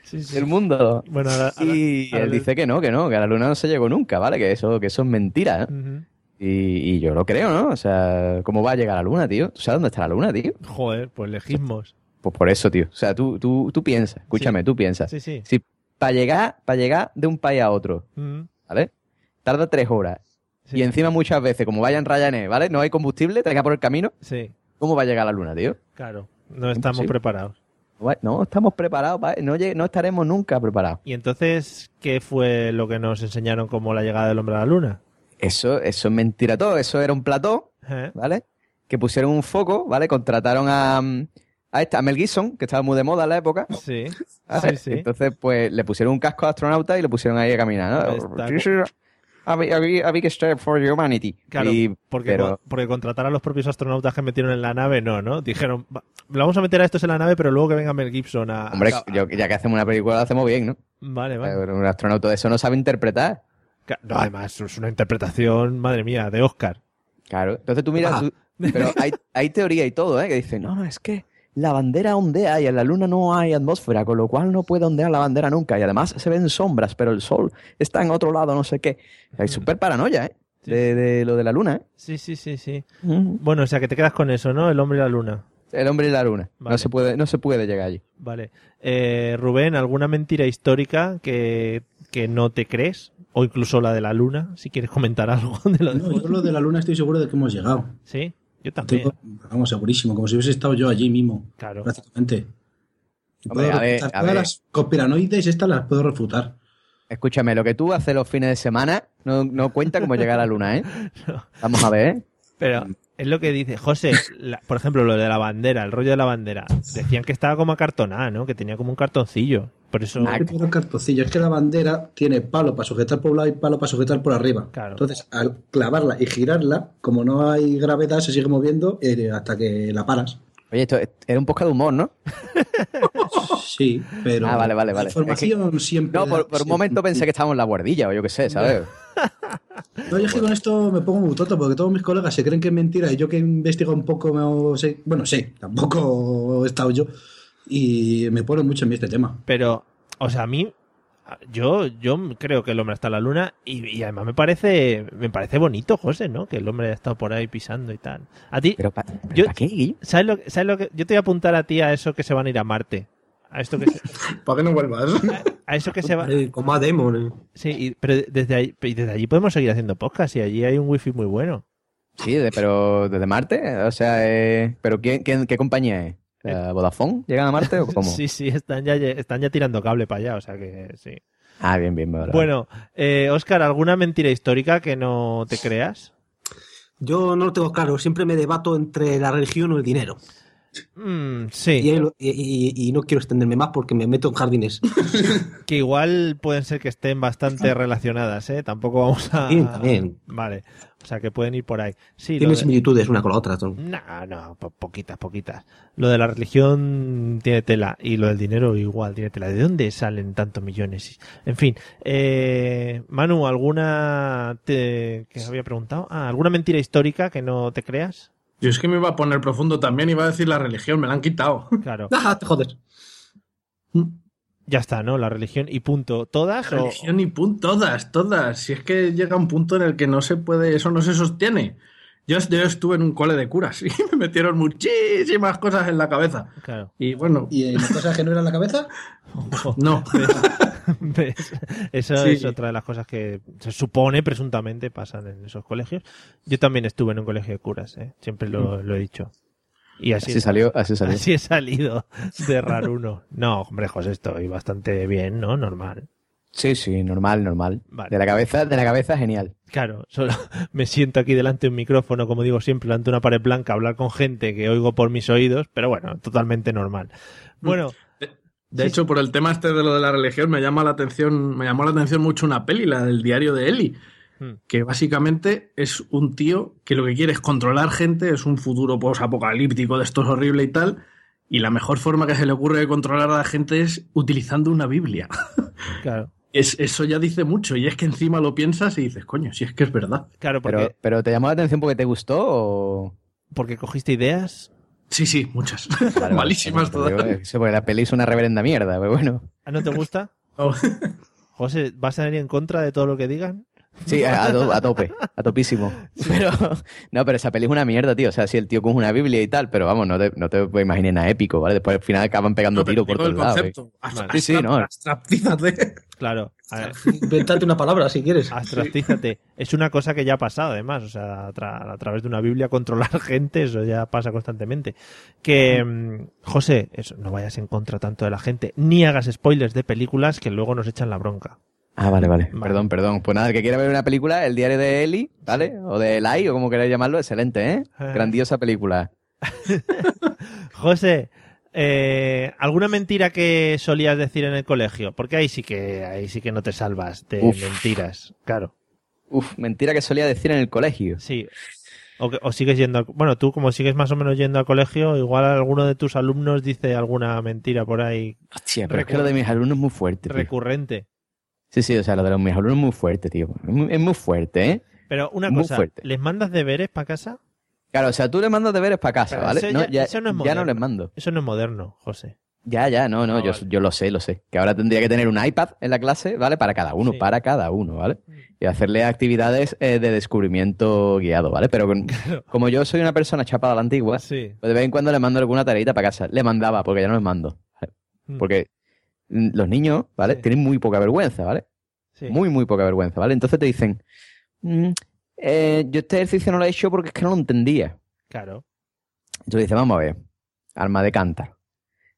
Sí, sí.
del mundo.
Bueno, ahora- ahora-
y
ahora-
él dice que no, que no, que a la luna no se llegó nunca, ¿vale? Que eso, que eso es mentira. ¿eh? ¿no?
Ujú.
Y, y yo lo creo, ¿no? O sea, ¿cómo va a llegar la luna, tío? ¿Tú sabes dónde está la luna, tío?
Joder, pues legismos.
Pues por eso, tío. O sea, tú, tú, tú piensas, escúchame, tú piensas.
Sí, sí.
Si para llegar, para llegar de un país a otro,
Mm.
¿vale? Tarda tres horas. Y encima muchas veces, como vayan en Ryanair, ¿vale? No hay combustible, te queda por el camino.
Sí.
¿Cómo va a llegar la luna, tío?
Claro, no estamos
Imposible.
preparados.
Va- No estamos preparados, ¿vale? no, lleg- no estaremos nunca preparados.
¿Y entonces qué fue lo que nos enseñaron como la llegada del hombre a la luna?
Eso, eso es mentira todo. Eso era un plató,
¿Eh?
¿vale? Que pusieron un foco, ¿vale? Contrataron a, mm, a, esta, a Mel Gibson, que estaba muy de moda en la época.
Sí. sí,
¿vale?
sí.
Ah, Entonces, pues le pusieron un casco de astronauta y le pusieron ahí a caminar, ¿no?
Está-
This is a big- a big- a big step for humanity.
Claro,
Y-
porque,
pero-
co- porque contratar a los propios astronautas que metieron en la nave, no, ¿no? Dijeron, "Va, lo vamos a meter a estos en la nave, pero luego que venga Mel Gibson a...
hombre,
a-
yo- ya que hacemos una película, la hacemos bien, ¿no?
Vale, vale.
Pero un astronauta de eso no sabe interpretar.
Ca- No, además, es una interpretación, madre mía, de Oscar.
Claro. Entonces tú
Ah.
miras, tú- pero hay, hay teoría y todo, ¿eh? Que dicen, no, no, es que la bandera ondea y en la luna no hay atmósfera, con lo cual no puede ondear la bandera nunca. Y además se ven sombras, pero el sol está en otro lado, no sé qué. Hay
Mm.
súper paranoia, ¿eh? De, de lo de la luna, ¿eh?
Sí, sí, sí, sí.
Mm.
Bueno, o sea, que te quedas con eso, ¿no? El hombre y la luna.
El hombre y la luna. No, se puede, no se puede llegar allí.
Vale. Eh, Rubén, ¿alguna mentira histórica que, que no te crees? O incluso la de la luna, si quieres comentar algo de lo de-
No, yo lo de la luna estoy seguro de que hemos llegado.
Sí, yo también.
Estoy, vamos, segurísimo, como si hubiese estado yo allí mismo.
Claro.
Prácticamente. Y
Hombre,
puedo
a ver,
refutar
a
todas
ver.
las conspiranoides, estas las puedo refutar.
Escúchame, lo que tú haces los fines de semana no, no cuenta como llegar a la luna, ¿eh? Vamos a ver, ¿eh?
Pero es lo que dice José, la- por ejemplo, lo de la bandera, el rollo de la bandera. Decían que estaba como acartonada, ¿no? Que tenía como un cartoncillo. Por eso.
No, pero cartoncillo, es que la bandera tiene palo para sujetar por un lado y palo para sujetar por arriba. Entonces, al clavarla y girarla, como no hay gravedad, se sigue moviendo eh, hasta que la paras.
Oye, esto era un podcast de humor, ¿no?
Sí, pero.
Ah, vale, vale, vale.
La información
Es que-
siempre.
No, por, por un momento pensé que estábamos en la guardilla o yo qué sé, ¿sabes?
No, yo es que con esto me pongo muy tonto porque todos mis colegas se creen que es mentira y yo que investigo un poco, me- sé- bueno, sé, tampoco he estado yo y me pone mucho en mí este tema.
Pero, o sea, a mí, yo, yo creo que el hombre está en la luna y, y además me parece, me parece bonito, José, ¿no? Que el hombre haya estado por ahí pisando y tal. A ti,
pero
yo, ¿sabes lo, que- sabes lo que? Yo te voy a apuntar a ti a eso que se van a ir a Marte. A esto que se,
¿Para que no vuelvas?
a eso que se va.
Como a Demon. eh.
Sí, y- pero desde ahí, y desde allí podemos seguir haciendo podcast y allí hay un wifi muy bueno.
Sí, de- pero desde Marte, o sea, eh, ¿pero quién, quién- qué compañía es? ¿La ¿Vodafone? ¿Llegan a Marte o cómo?
Eh. Sí, sí, están ya, están ya tirando cable para allá, o sea que sí.
Ah, bien, bien, vale.
Bueno, eh, Oscar, ¿alguna mentira histórica que no te creas?
Yo no lo tengo claro, siempre me debato entre la religión o el dinero.
Mm, sí.
Y, ahí lo- y- y- y no quiero extenderme más porque me meto en jardines.
Que igual pueden ser que estén bastante relacionadas, ¿eh? Tampoco vamos a...
Bien, también.
Vale, o sea que pueden ir por ahí. Sí, lo
Tiene
de-
similitudes una con la otra. todo.
No, no, po- poquitas, poquitas. Lo de la religión tiene tela y lo del dinero igual tiene tela. ¿De dónde salen tantos millones? En fin, eh, Manu, ¿alguna te- que os había preguntado? Ah, ¿Alguna mentira histórica que no te creas?
Yo es que me iba a poner profundo también, iba a decir la religión, me la han quitado. Mm.
Claro.
Ah,
joder.
Ya está, ¿no? La religión y punto. ¿Todas?
La
o-
religión y punto, todas, todas. Si es que llega un punto en el que no se puede, eso no se sostiene. Yo, yo estuve en un cole de curas y me metieron muchísimas cosas en la cabeza.
Claro.
Y bueno.
¿Y en las cosas que no eran la cabeza?
No.
¿Ves? Eso
Sí.
es otra de las cosas que se supone, presuntamente, pasan en esos colegios. Yo también estuve en un colegio de curas, ¿eh? siempre lo, lo he dicho. Y así,
Mm. Así salió, así salió.
Así he salido de raruno. No, hombre, José, estoy bastante bien, ¿no? Normal.
Sí, sí, normal, normal.
Vale.
De la cabeza, de la cabeza, genial.
Claro, solo me siento aquí delante de un micrófono, como digo siempre, delante de una pared blanca, a hablar con gente que oigo por mis oídos, pero bueno, totalmente normal.
Mm.
Bueno,
De hecho, por el tema este de lo de la religión, me llama la atención, me llamó la atención mucho una peli, la del diario de Eli,
Hmm.
que básicamente es un tío que lo que quiere es controlar gente, es un futuro posapocalíptico de esto es horrible y tal, y la mejor forma que se le ocurre de controlar a la gente es utilizando una Biblia.
claro,
Es, eso ya dice mucho, y es que encima lo piensas y dices, coño, si es que es verdad.
claro, porque,
Pero, pero ¿te llamó la atención porque te gustó o...?
porque cogiste ideas.
Sí, sí, muchas.
Vale, vale.
Malísimas
Porque-
todas.
sí, porque la peli es una reverenda mierda, pero bueno.
¿Ah, ¿No te gusta? José, ¿vas a ir en contra de todo lo que digan?
Sí, a, a to- a tope, a topísimo. Pero, no, pero esa peli es una mierda, tío. O sea, sí, el tío con una Biblia y tal, pero vamos, no te, no te imagines nada épico, ¿vale? Después al final acaban pegando tiros por
Digo
todos
el
lados.
concepto.
¿eh?
Abs-
Sí, sí, no.
abstractízate.
Claro. a ver, Ah.
Inventate una palabra si quieres.
abstractízate. Es una cosa que ya ha pasado, además. O sea, a, tra- a través de una Biblia controlar gente, eso ya pasa constantemente. Que, mm, José, eso, no vayas en contra tanto de la gente, ni hagas spoilers de películas que luego nos echan la bronca.
Ah, vale, vale, Perdón, perdón. Pues nada, el que quiera ver una película, El diario de Eli, ¿vale? O de Eli, o como queráis llamarlo, excelente, ¿eh?
Ah.
Grandiosa película.
José, eh, ¿alguna mentira que solías decir en el colegio? Porque ahí sí que, ahí sí que no te salvas de
Uf.
mentiras, claro.
Uf, mentira que solía decir en el colegio.
Sí. O, que- o sigues yendo al- Bueno, tú como sigues más o menos yendo al colegio, igual alguno de tus alumnos dice alguna mentira por ahí
Hostia, pero es que lo de mis alumnos es muy fuerte, tío.
recurrente.
Sí, sí, o sea, lo de los mis alumnos es muy fuerte, tío. Es muy, es muy fuerte, ¿eh?
Pero una
Muy
cosa,
fuerte.
¿les mandas deberes para casa?
Claro, o sea, tú le mandas deberes para casa,
Pero
¿vale?
eso
no,
ya-
ya,
eso no es
ya no
moderno. Ah,
les mando.
Eso no es moderno, José.
Ya, ya, no, no, yo, yo lo sé, lo sé. Que ahora tendría que tener un iPad en la clase, ¿vale? Para cada uno, para cada uno, ¿vale?
Mm.
Y hacerle actividades eh, de descubrimiento guiado, ¿vale? Pero con- como yo soy una persona chapada a la antigua,
Sí.
pues de vez en cuando le mando alguna tareita para casa. Le mandaba, porque ya no les mando. ¿vale?
Mm.
Porque mm, los niños, ¿vale? Tienen muy poca vergüenza, ¿vale?
Sí.
Muy, muy poca vergüenza, ¿vale? Entonces te dicen, mm, eh, yo este ejercicio no lo he hecho porque es que no lo entendía.
Claro.
Entonces dice, vamos a ver, alma de cántaro.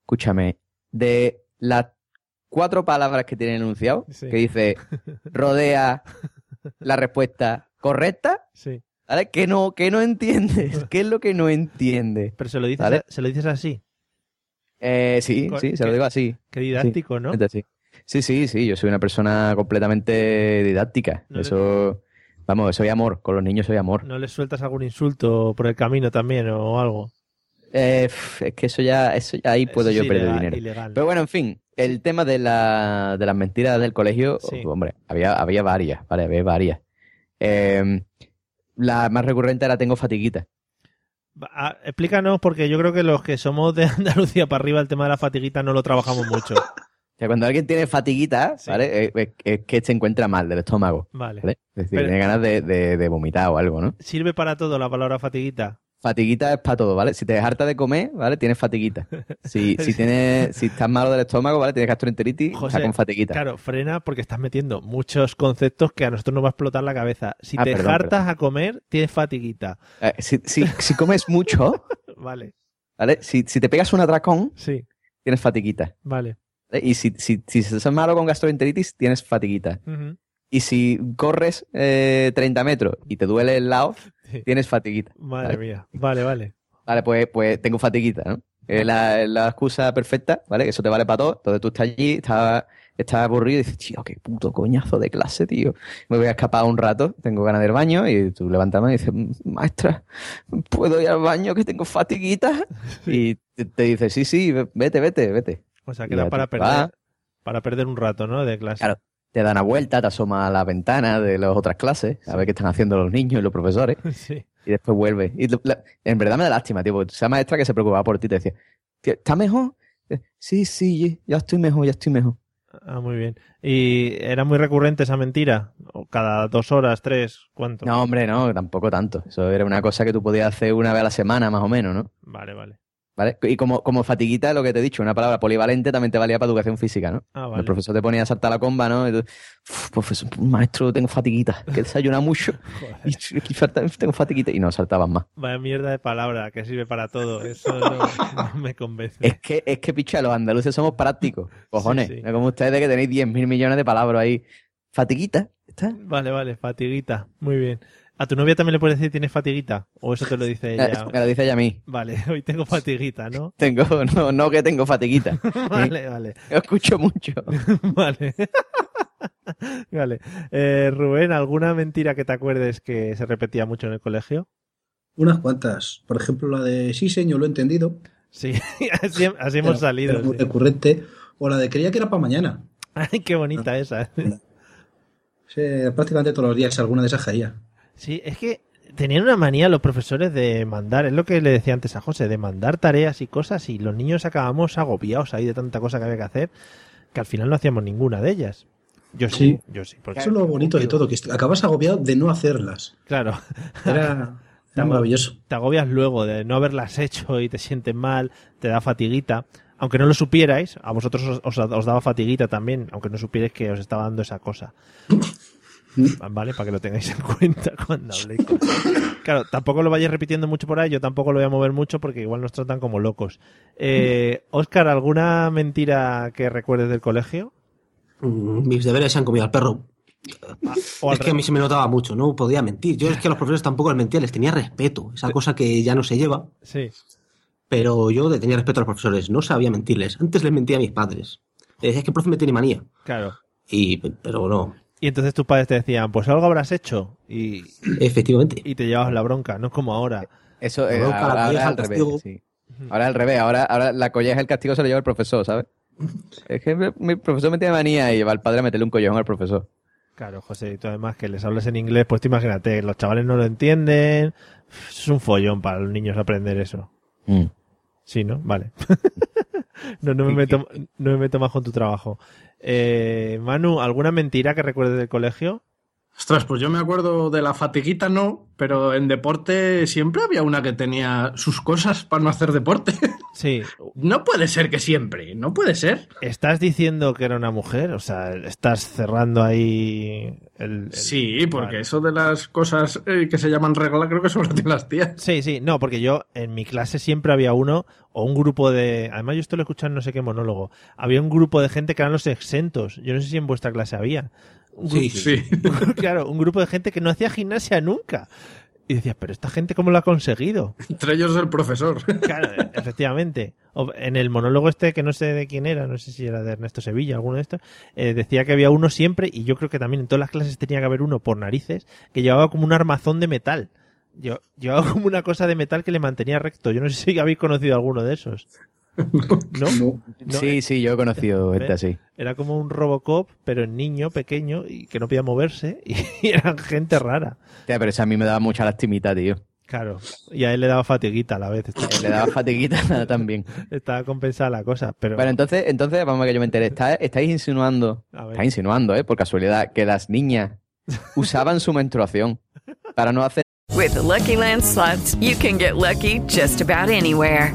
Escúchame, de las cuatro palabras que tiene enunciado, que dice rodea la respuesta correcta,
Sí.
¿vale? Que no, que no entiendes. ¿Qué es lo que no entiende?
Pero se lo dices,
¿Vale?
se lo dices así.
Eh, sí,
Con-
sí, se lo
qué-
digo así.
Qué didáctico, ¿no?
Entonces, Sí. sí, sí, sí, yo soy una persona completamente didáctica. Eso, vamos, soy amor, con los niños soy amor.
¿No les sueltas algún insulto por el camino también o algo?
Eh, pf, es que eso ya, eso ya- ahí puedo
es
yo perder
ilegal-
dinero.
ilegal.
Pero bueno, en fin, el tema de, la, de las mentiras del colegio, oh,
Sí.
hombre, había, había varias, vale, había varias. Eh, la más recurrente era tengo fatiguita.
Ah, explícanos, porque yo creo que los que somos de Andalucía para arriba, el tema de la fatiguita no lo trabajamos mucho.
O sea, cuando alguien tiene fatiguita, ¿vale? Es, es- es que se encuentra mal del estómago.
Vale.
Es decir,
Pero-
tiene ganas de, de- de vomitar o algo, ¿no?
Sirve para todo la palabra fatiguita.
Fatiguita es para todo, ¿vale? Si te harta de comer, ¿vale? Tienes fatiguita. Si, si, tienes, si estás malo del estómago, ¿vale? Tienes gastroenteritis,
José,
estás con fatiguita.
Claro, frena porque estás metiendo muchos conceptos que a nosotros nos va a explotar la cabeza. Si
Ah,
te
perdón,
hartas a comer, tienes fatiguita.
Eh, si, si- si comes mucho,
Vale,
¿vale? Si, si te pegas un atracón,
Sí.
tienes fatiguita.
vale.
¿vale? eh, Y si, si, si estás malo con gastroenteritis, tienes fatiguita.
Ujú.
Y si corres eh, 30 metros y te duele el lado, tienes fatiguita.
Madre
¿vale?
mía. Vale, vale.
Vale, pues, pues tengo fatiguita, ¿no? Es la, es la excusa perfecta, ¿vale? Eso te vale para todo. Entonces tú estás allí, estás, estás aburrido y dices, tío, qué puto coñazo de clase, tío. Me voy a escapar un rato, tengo ganas del baño y tú levantas la mano y dices, maestra, ¿puedo ir al baño que tengo fatiguita? Y te, te dice, sí, sí, vete, vete, vete.
O sea,
Y
que era
ya
para
te vas,
perder, para perder un rato, ¿no? De clase.
Claro, te da una vuelta, te asoma a la ventana de las otras clases, a ver qué están haciendo los niños y los profesores.
Sí.
Y después vuelve. Y lo- la- en verdad me da lástima, tío, porque esa maestra que se preocupaba por ti te decía, "Tío, ¿está mejor? Eh, Sí, sí, ye- ya estoy mejor, ya estoy mejor.
Ah, muy bien. ¿Y era muy recurrente esa mentira? ¿O cada dos horas, tres? ¿Cuánto?
No, hombre, no, tampoco tanto. Eso era una cosa que tú podías hacer una vez a la semana, más o menos, ¿no?
Vale, vale.
¿Vale? Y como, como fatiguita, lo que te he dicho, una palabra polivalente también te valía para educación física, ¿no?
Ah, vale.
El profesor te ponía a saltar la comba, ¿no? Y tú, "Uf, profesor, maestro, tengo fatiguita, que desayuna mucho. y, y falta- tengo fatiguita. Y no, saltaban más.
Vaya mierda de palabra que sirve para todo. Eso no, no me convence.
Es que, es que, picha, los andaluces somos prácticos, cojones.
sí.
No como ustedes que tenéis 10.000 millones de palabras ahí. Fatiguita, ¿está?
Vale, vale, fatiguita. Muy bien. ¿A tu novia también le puedes decir tienes fatiguita? ¿O eso te lo dice ella?
Me lo dice ella a mí.
Vale, hoy tengo fatiguita, ¿no?
Tengo, no, no que tengo fatiguita.
Vale, vale.
Yo escucho mucho.
Vale. Vale. Eh, Rubén, ¿alguna mentira que te acuerdes que se repetía mucho en el colegio?
Unas cuantas. Por ejemplo, la de sí, señor, lo he entendido.
Sí, así, así hemos
Era-
salido.
era muy
sí.
recurrente. O la de creía que era para mañana.
Ay, qué bonita esa.
Sí, prácticamente todos los días alguna de esas caía.
Sí, es que tenían una manía los profesores de mandar, es lo que le decía antes a José, de mandar tareas y cosas y los niños acabamos agobiados ahí de tanta cosa que había que hacer que al final no hacíamos ninguna de ellas. Yo sí, yo sí. porque-
Eso es lo bonito de todo, que acabas agobiado de no hacerlas.
Claro.
Era, era maravilloso.
Te agobias luego de no haberlas hecho y te sientes mal, te da fatiguita. Aunque no lo supierais, a vosotros os, os- os daba fatiguita también, aunque no supierais que os estaba dando esa cosa. ¿Vale? Para que lo tengáis en cuenta cuando habléis. con- Claro, tampoco lo vayáis repitiendo mucho por ahí, yo tampoco lo voy a mover mucho porque igual nos tratan como locos. Eh, Oscar, ¿alguna mentira que recuerdes del colegio?
Mm, Mis deberes se han comido al perro.
o al
es que a mí se me notaba mucho, no podía mentir. Yo es que a los profesores tampoco les mentía, les tenía respeto. Esa cosa que ya no se lleva,
Sí.
pero yo le tenía respeto a los profesores, no sabía mentirles. Antes les mentía a mis padres. Les decía "Es que el profe me tiene manía.
Claro.
Y, pero no,
Y entonces tus padres te decían, pues algo habrás hecho. Y,
efectivamente.
y te llevabas la bronca, no como ahora.
Eso eh, ahora, ahora es al revés. sí. Ahora es al revés. Ahora, ahora la colleja el castigo se lo lleva el profesor, ¿sabes? Es que mi- mi profesor me tiene manía y lleva al padre a meterle un collejón al profesor.
Claro, José, y tú además que les hablas en inglés, pues tú imagínate, los chavales no lo entienden. Es un follón para los niños aprender eso.
Mm.
Sí, ¿no? Vale. no, no, me meto, no me meto más con tu trabajo. Eh, Manu, ¿alguna mentira que recuerdes del colegio?
Ostras, pues yo me acuerdo de la fatiguita, no, pero en deporte siempre había una que tenía sus cosas para no hacer deporte.
Sí.
No puede ser que siempre, no puede ser.
Estás diciendo que era una mujer, o sea, estás cerrando ahí el. el-
Sí, porque eso de las cosas eh, que se llaman regla creo que solo tienen las tías.
Sí, sí, no, porque yo en mi clase siempre había uno o un grupo de. Además, yo esto lo he escuchado en no sé qué monólogo. Había un grupo de gente que eran los exentos. Yo no sé si en vuestra clase había. Un
Sí,
grupo- claro, un grupo de gente que no hacía gimnasia nunca. Y decías, pero esta gente, ¿cómo lo ha conseguido?
Entre ellos el profesor.
Claro, e-, efectivamente. O- En el monólogo este, que no sé de quién era, no sé si era de Ernesto Sevilla, alguno de estos, eh, decía que había uno siempre, y yo creo que también en todas las clases tenía que haber uno por narices, que llevaba como un armazón de metal. Yo, llevaba como una cosa de metal que le mantenía recto. Yo no sé si habéis conocido alguno de esos. ¿No? No,
sí, sí, yo he conocido
¿Ves?
gente así.
Era como un Robocop, pero en niño, pequeño, y que no podía moverse, y eran gente rara.
Tía, pero esa a mí me daba mucha lastimita, tío.
Claro. Y a él le daba fatiguita a la vez.
Le daba fatiguita también.
Estaba compensada la cosa, pero...
Bueno, entonces, entonces vamos a que yo me enteré. Está- estáis insinuando,
A ver.
estáis insinuando, ¿eh? Por casualidad, que las niñas usaban su menstruación para no hacer
With Lucky Land slots, you can get lucky just about anywhere.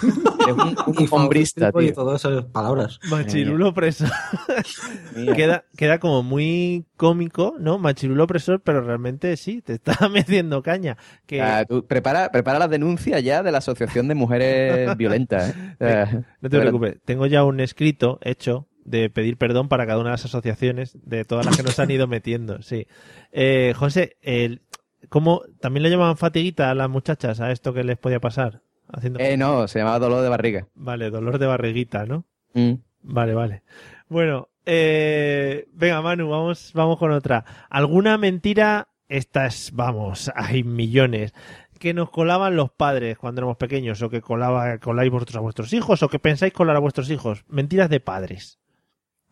Es un, un hombrista,
Oye,
tío.
todas esas palabras.
Machirulo opresor. queda, queda como muy cómico, ¿no? Machirulo opresor, pero realmente sí, te está metiendo caña. Que
Ah, tú prepara, prepara la denuncia ya de la Asociación de Mujeres Violentas. ¿eh? Ah,
No te preocupes, tengo ya un escrito hecho de pedir perdón para cada una de las asociaciones, de todas las que nos han ido metiendo, sí. Eh, José, el, ¿cómo también le llamaban fatiguita a las muchachas a esto que les podía pasar? Haciendo...
Eh, no, se llamaba dolor de barriga.
Vale, dolor de barriguita, ¿no?
Mm.
Vale, vale. Bueno, eh, venga, Manu, vamos, vamos con otra. ¿Alguna mentira? Estas, vamos, hay millones. Que nos colaban los padres cuando éramos pequeños, o que colaba, coláis vosotros a vuestros hijos, o que pensáis colar a vuestros hijos. Mentiras de padres.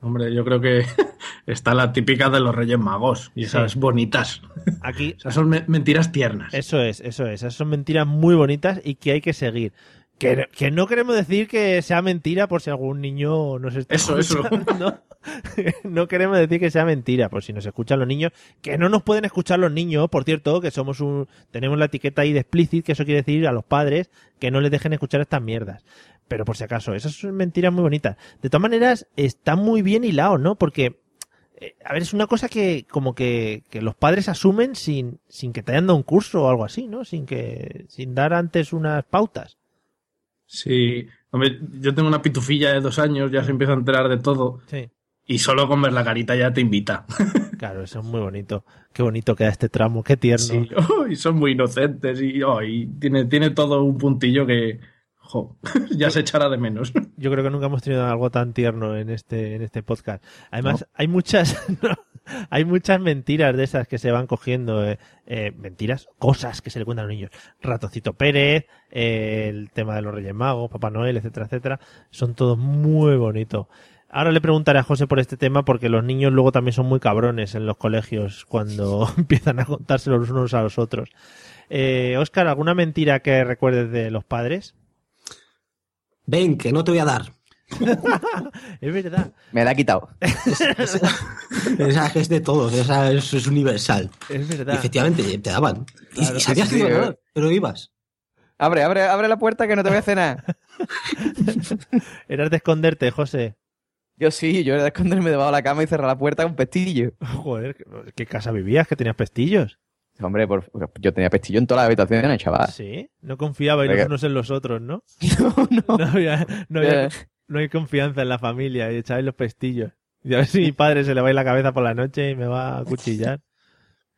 Hombre, yo creo que está la típica de los Reyes Magos y esas
Sí.
bonitas.
Aquí.
Esas son me- mentiras tiernas.
Eso es, eso es. Esas son mentiras muy bonitas y que hay que seguir. Que, no- que no queremos decir que sea mentira por si algún niño nos está
Eso, eso.
escuchando. no queremos decir que sea mentira por si nos escuchan los niños. Que no nos pueden escuchar los niños, por cierto, que somos un, tenemos la etiqueta ahí de explicit, que eso quiere decir a los padres que no les dejen escuchar estas mierdas. Pero por si acaso, esas son mentiras muy bonitas. De todas maneras, está muy bien hilado, ¿no? Porque eh, a ver, es una cosa que como que, que los padres asumen sin, sin que te hayan dado un curso o algo así, ¿no? Sin que sin dar antes unas pautas.
Sí. Hombre, yo tengo una pitufilla de dos años, ya se empieza a enterar de todo.
Sí.
Y solo con ver la carita ya te invita.
Claro, eso es muy bonito. Qué bonito queda este tramo, qué tierno.
Sí. y son muy inocentes y, oh, y tiene, tiene todo un puntillo que jo, ya se echará de menos.
Yo creo que nunca hemos tenido algo tan tierno en este, en este podcast. Además, hay muchas, no, hay muchas mentiras de esas que se van cogiendo, eh, eh, mentiras, cosas que se le cuentan a los niños. Ratoncito Pérez, eh, el tema de los Reyes Magos, Papá Noel, etcétera, etcétera. Son todos muy bonitos. Ahora le preguntaré a José por este tema porque los niños luego también son muy cabrones en los colegios cuando empiezan a contárselo los unos a los otros. Eh, Oscar, ¿alguna mentira que recuerdes de los padres?
Ven, que no te voy a dar.
Es verdad.
Me la ha quitado.
O sea, que es de todos, o sea, es, es universal.
Es
Y
verdad.
efectivamente, eh, te daban. Y-
Claro,
y sabías
sí,
que te iban a
sí.
dar, pero ibas.
Abre, abre, abre la puerta que no te voy a cenar.
Eras de esconderte, José.
Yo sí, yo era de esconderme debajo de la cama y cerrar la puerta con pestillo.
Joder, ¿qué casa vivías que tenías pestillos?
Hombre, por- yo tenía pestillo en todas las habitaciones, chaval.
Sí. No confiabais los
Venga.
unos en los otros, ¿no? Ah. No, Eh. no. había, no,
Eh.
había- no hay confianza en la familia y echáis los pestillos. Y a ver si mi padre se le va a ir la cabeza por la noche y me va a cuchillar.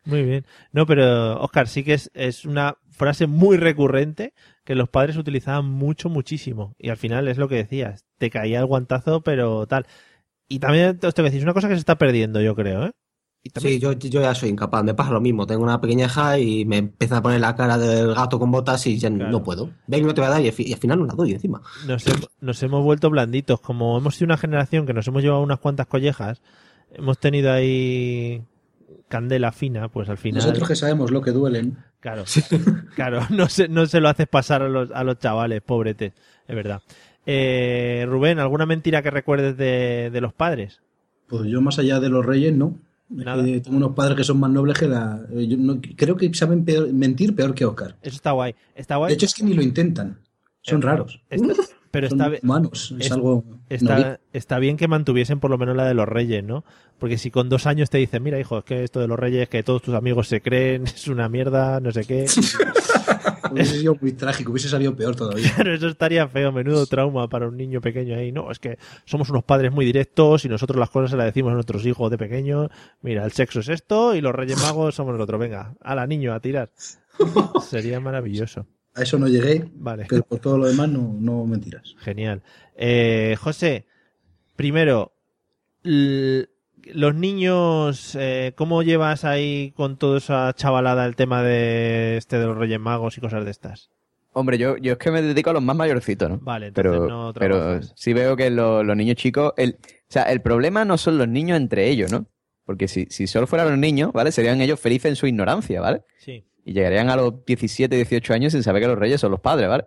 Muy bien. No, pero Oscar, sí que es, es una frase muy recurrente que los padres utilizaban mucho, muchísimo. Y al final es lo que decías, te caía el guantazo, pero tal. Y también os tengo que decir, es una cosa que se está perdiendo, yo creo, ¿eh?
Sí, yo, yo ya soy incapaz, me pasa lo mismo. Tengo una pequeña hija y me empieza a poner la cara del gato con botas y ya no puedo. Ven, no te voy a dar y, al fi- y al final no la doy encima.
nos, hem- nos hemos vuelto blanditos. Como hemos sido una generación que nos hemos llevado unas cuantas collejas, hemos tenido ahí candela fina, pues al final.
Nosotros que sabemos lo que duelen.
Claro. Claro, no se, no se lo haces pasar a los, a los chavales, pobrete, es verdad. Eh, Rubén, ¿alguna mentira que recuerdes de, de los padres?
Pues yo más allá de los reyes, no. Es que Eh, tengo unos padres que son más nobles que la... eh, yo no- creo que saben peor- mentir peor que Oscar.
Eso está guay. Está guay.
De hecho es que ni lo intentan. Son
Eh,
raros.
está- pero
Son
está bi-
humanos, es
es-
algo nobil.
Está, está bien que mantuviesen por lo menos la de los reyes, ¿no? Porque si con dos años te dicen, mira, hijo, es que esto de los reyes, que todos tus amigos se creen, es una mierda, no sé qué.
Hubiese sido muy trágico, hubiese salido peor todavía.
Claro, eso estaría feo, menudo trauma para un niño pequeño ahí. No, es que somos unos padres muy directos y nosotros las cosas se las decimos a nuestros hijos de pequeños. Mira, el sexo es esto y los Reyes Magos somos nosotros. Venga, a la niño a tirar. Sería maravilloso.
A eso no llegué,
Vale.
pero por todo lo demás no, no mentiras.
Genial. Eh, José, primero, l- los niños, eh, ¿cómo llevas ahí con toda esa chavalada el tema de este de los Reyes Magos y cosas de estas?
Hombre, yo, yo es que me dedico a los más mayorcitos, ¿no?
Vale, entonces
pero,
no
pero eh,
trabajas.
sí veo que lo- los niños chicos. El, o sea, el problema no son los niños entre ellos, ¿no? Porque si, si solo fueran los niños, ¿vale? Serían ellos felices en su ignorancia, ¿vale?
Sí.
Y llegarían a los 17, 18 años sin saber que los reyes son los padres, ¿vale?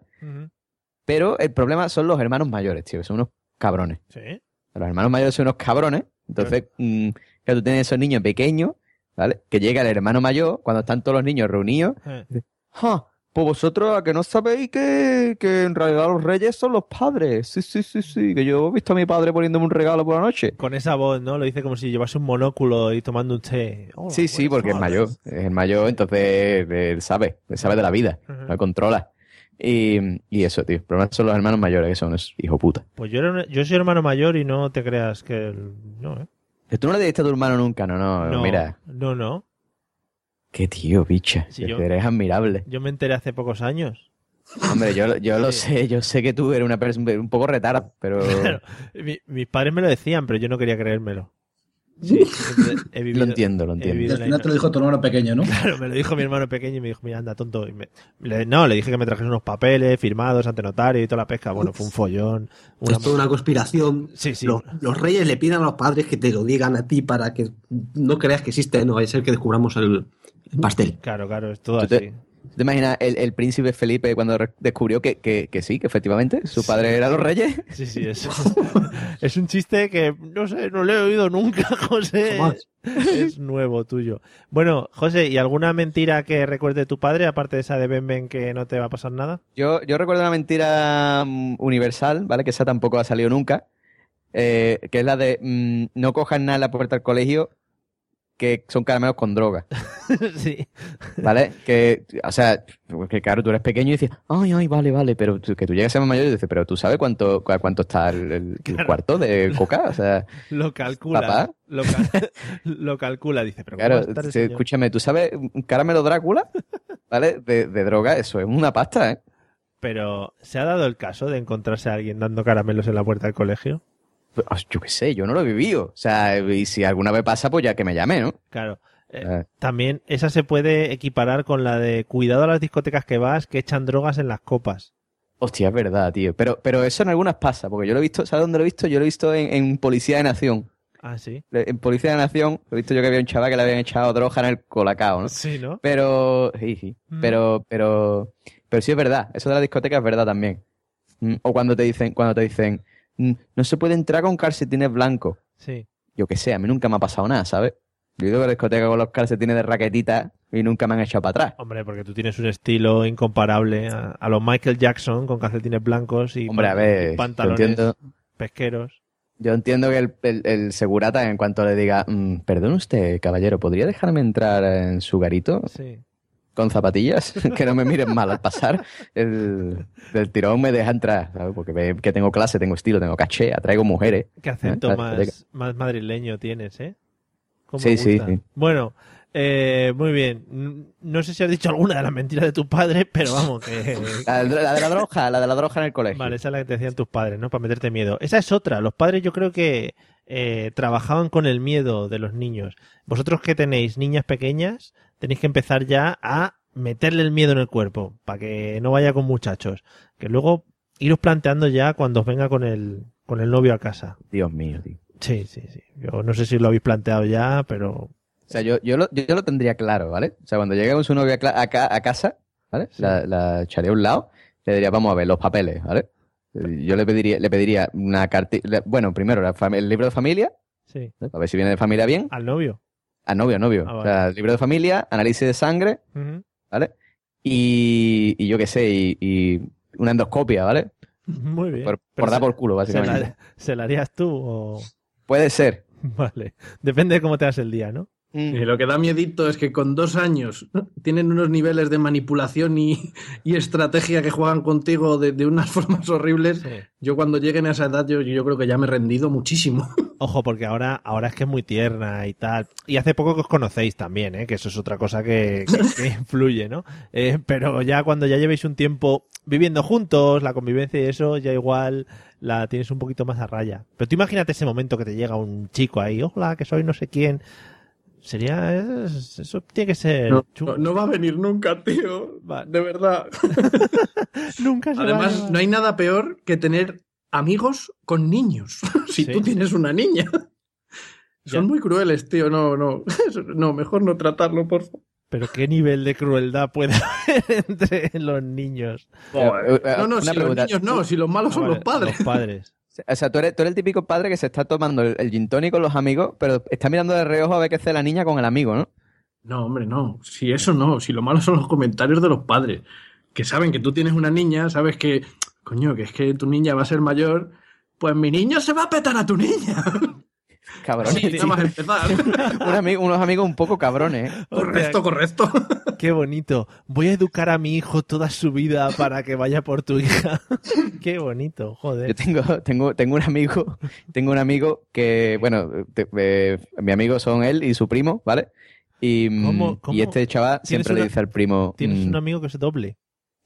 Pero el problema son los hermanos mayores, tío, que son unos cabrones.
Sí.
Los hermanos mayores son unos cabrones. Entonces, mm, claro, tú tienes esos niños pequeños, ¿vale? Que llega el hermano mayor, cuando están todos los niños reunidos,
eh.
"Ja, pues vosotros a que no sabéis que, que en realidad los reyes son los padres. Sí, sí, sí, sí. Que yo he visto a mi padre poniéndome un regalo por la noche.
Con esa voz, ¿no? Lo dice como si llevase un monóculo y tomando un té. Hola, pues,
sí, sí, porque es mayor. Es el mayor, entonces él sabe, él sabe de la vida, la controla. Y, y eso, tío. El problema son los hermanos mayores, que son unos hijo puta.
Pues yo, era un- yo soy hermano mayor y no te creas que... el- No, ¿eh?
Que Tú no le diste a tu hermano nunca, no, no.
No,
Mira,
No, no.
qué tío, bicha.
Sí,
que
yo-
Eres admirable.
Yo me enteré hace pocos años.
Hombre, yo, yo lo sé, yo sé que tú eres una persona un poco retarda, pero
Claro. Mi- mis padres me lo decían, pero yo no quería creérmelo. Sí, entonces he vivido-
lo entiendo, lo
he
entiendo.
vivido
Al
la
final te lo dijo tu hermano pequeño, ¿no?
Claro, me lo dijo mi hermano pequeño y me dijo, mira, anda, tonto. Y me- le- no, le dije que me trajese unos papeles firmados ante notario y toda la pesca. Bueno, fue un follón.
Es toda una conspiración. Los, los reyes le piden a los padres que te lo digan a ti para que no creas que existe, no vaya a ser que descubramos el, el pastel.
Claro, claro, es todo
¿Tú te,
así.
tú te imaginas el, el príncipe Felipe cuando re- descubrió que, que- que sí, que efectivamente su padre era los reyes?
Sí, sí, es, es un chiste que no sé, no le he oído nunca, José.
Jamás.
Es nuevo tuyo. Bueno, José, ¿y alguna mentira que recuerde tu padre, aparte de esa de Ben Ben que no te va a pasar nada?
Yo, yo recuerdo una mentira mm, universal, ¿vale? Que esa tampoco ha salido nunca, eh, que es la de mm, no cojas nada en la puerta del colegio que son caramelos con droga,
sí.
¿vale? que, o sea, que claro, tú eres pequeño y dices, ay, ay, vale, vale, pero tú- que tú llegas a ser más mayor y dices, pero tú sabes cuánto, cu- cuánto está el, el- el cuarto de coca, o sea...
Lo calcula.
Papá.
Lo, cal- lo calcula, dice. Pero ¿cómo va a
Claro,
estar el
sí,
señor?
escúchame, ¿tú sabes un caramelo Drácula? ¿Vale? De, de droga, eso es una pasta, ¿eh?
Pero, ¿se ha dado el caso de encontrarse a alguien dando caramelos en la puerta del colegio?
Pues, ah, Yo qué sé, yo no lo he vivido. O sea, y si alguna vez pasa, pues ya que me llame, ¿no?
Claro. Eh,
Eh,
También esa se puede equiparar con la de cuidado a las discotecas que vas que echan drogas en las copas.
hostia, es verdad, tío. Pero, pero eso en algunas pasa, porque yo lo he visto, ¿sabes dónde lo he visto? Yo lo he visto en, en Policía de Nación.
Ah, sí.
Le- En Policía de Nación, lo he visto yo que había un chaval que le habían echado droga en el colacao, ¿no?
Sí, ¿no?
Pero, sí, sí.
Mm.
Pero, pero, pero sí es verdad. Eso de la discoteca es verdad también. Mm, O cuando te dicen, cuando te dicen, mm, no se puede entrar con calcetines blancos.
Sí.
Yo qué sé, a mí nunca me ha pasado nada, ¿sabes? Yo he ido a la discoteca con los calcetines de raquetita y nunca me han echado para atrás.
Hombre, porque tú tienes un estilo incomparable a, a los Michael Jackson con calcetines blancos y,
Hombre, a
pan-
ver,
pantalones
lo entiendo.
pesqueros.
Yo entiendo que el, el- el segurata, en cuanto le diga, "Mm, perdón usted, caballero, ¿podría dejarme entrar en su garito?
Sí.
Con zapatillas, que no me miren mal al pasar. El, del tirón me deja entrar, ¿sabes? Porque ve que tengo clase, tengo estilo, tengo caché, atraigo mujeres.
Qué
¿eh?
acento
A la discoteca.
más, más madrileño tienes, ¿eh? Cómo
Sí, sí,
gusta.
sí.
Bueno, eh, muy bien. N- No sé si has dicho alguna de las mentiras de tus padres, pero vamos, que...
La, de- la de la droga, la de la droga en el colegio.
Vale, esa es la que te decían tus padres, ¿no? Para meterte miedo. Esa es otra. Los padres yo creo que eh, trabajaban con el miedo de los niños. Vosotros que tenéis niñas pequeñas, tenéis que empezar ya a meterle el miedo en el cuerpo, para que no vaya con muchachos. Que luego iros planteando ya cuando os venga con el, con el novio a casa.
Dios mío, tío.
Sí, sí, sí. Yo no sé si lo habéis planteado ya, pero...
O sea, yo, yo, lo, yo lo tendría claro, ¿vale? O sea, cuando lleguemos su novia a, cla- a ca- a casa, ¿vale? La, la echaré a un lado, le diría, vamos a ver, los papeles, ¿vale? Eh, Yo le pediría, le pediría una cartilla. Bueno, primero la fam- el libro de familia,
Sí.
¿eh? a ver si viene de familia bien.
Al novio.
A novio, novio.
Ah,
O
vale.
sea, el libro de familia, análisis de sangre,
Ujú.
¿vale? Y, y yo qué sé, y, y una endoscopia, ¿vale?
Muy bien.
Por,
Pero
por dar
se-
por culo,
se la-
básicamente.
¿Se la harías tú o...?
Puede ser.
Vale. Depende de cómo te das el día, ¿no?
Eh, lo que da miedito es que con dos años tienen unos niveles de manipulación y, y estrategia que juegan contigo de, de unas formas horribles. Yo cuando lleguen a esa edad yo, yo creo que ya me he rendido muchísimo.
Ojo, porque ahora, ahora es que es muy tierna y tal. Y hace poco que os conocéis también, ¿eh? que eso es otra cosa que, que- que influye, ¿no? Eh, pero ya cuando ya llevéis un tiempo viviendo juntos, la convivencia y eso, ya igual la tienes un poquito más a raya. Pero tú imagínate ese momento que te llega un chico ahí, hola, que soy no sé quién. Sería, es- eso tiene que ser
No,
chungo.
no va a venir nunca, tío. De verdad.
Nunca se va a
Además,
llevar.
no hay nada peor que tener amigos con niños. si tú tienes una niña. Son muy crueles, tío. No, no. No, mejor no tratarlo, por favor.
Pero qué nivel de crueldad puede haber entre los niños.
eh, No, no, si los niños no, si los malos
Ah,
son
vale,
los padres.
Los padres.
O sea, tú eres, tú eres el típico padre que se está tomando el, el gin tonic con los amigos, pero está mirando de reojo a ver qué hace la niña con el amigo, ¿no?
No, hombre, no. Si eso no, si lo malo son los comentarios de los padres, que saben que tú tienes una niña, sabes que, coño, que es que tu niña va a ser mayor, pues mi niño se va a petar a tu niña.
Cabrón.
Sí, nada más empezar.
Un ami- unos amigos un poco cabrones. ¿eh?
Correcto, correcto.
Qué bonito. Voy a educar a mi hijo toda su vida para que vaya por tu hija. Qué bonito,
Yo
joder.
tengo, tengo, tengo un amigo, tengo un amigo que, bueno, te- eh, mi amigo son él y su primo, ¿vale? Y, mm,
¿Cómo-
y
cómo?
este chaval
¿Tienes
siempre le
una-
dice al primo.
Tienes
mm,
un amigo que es doble.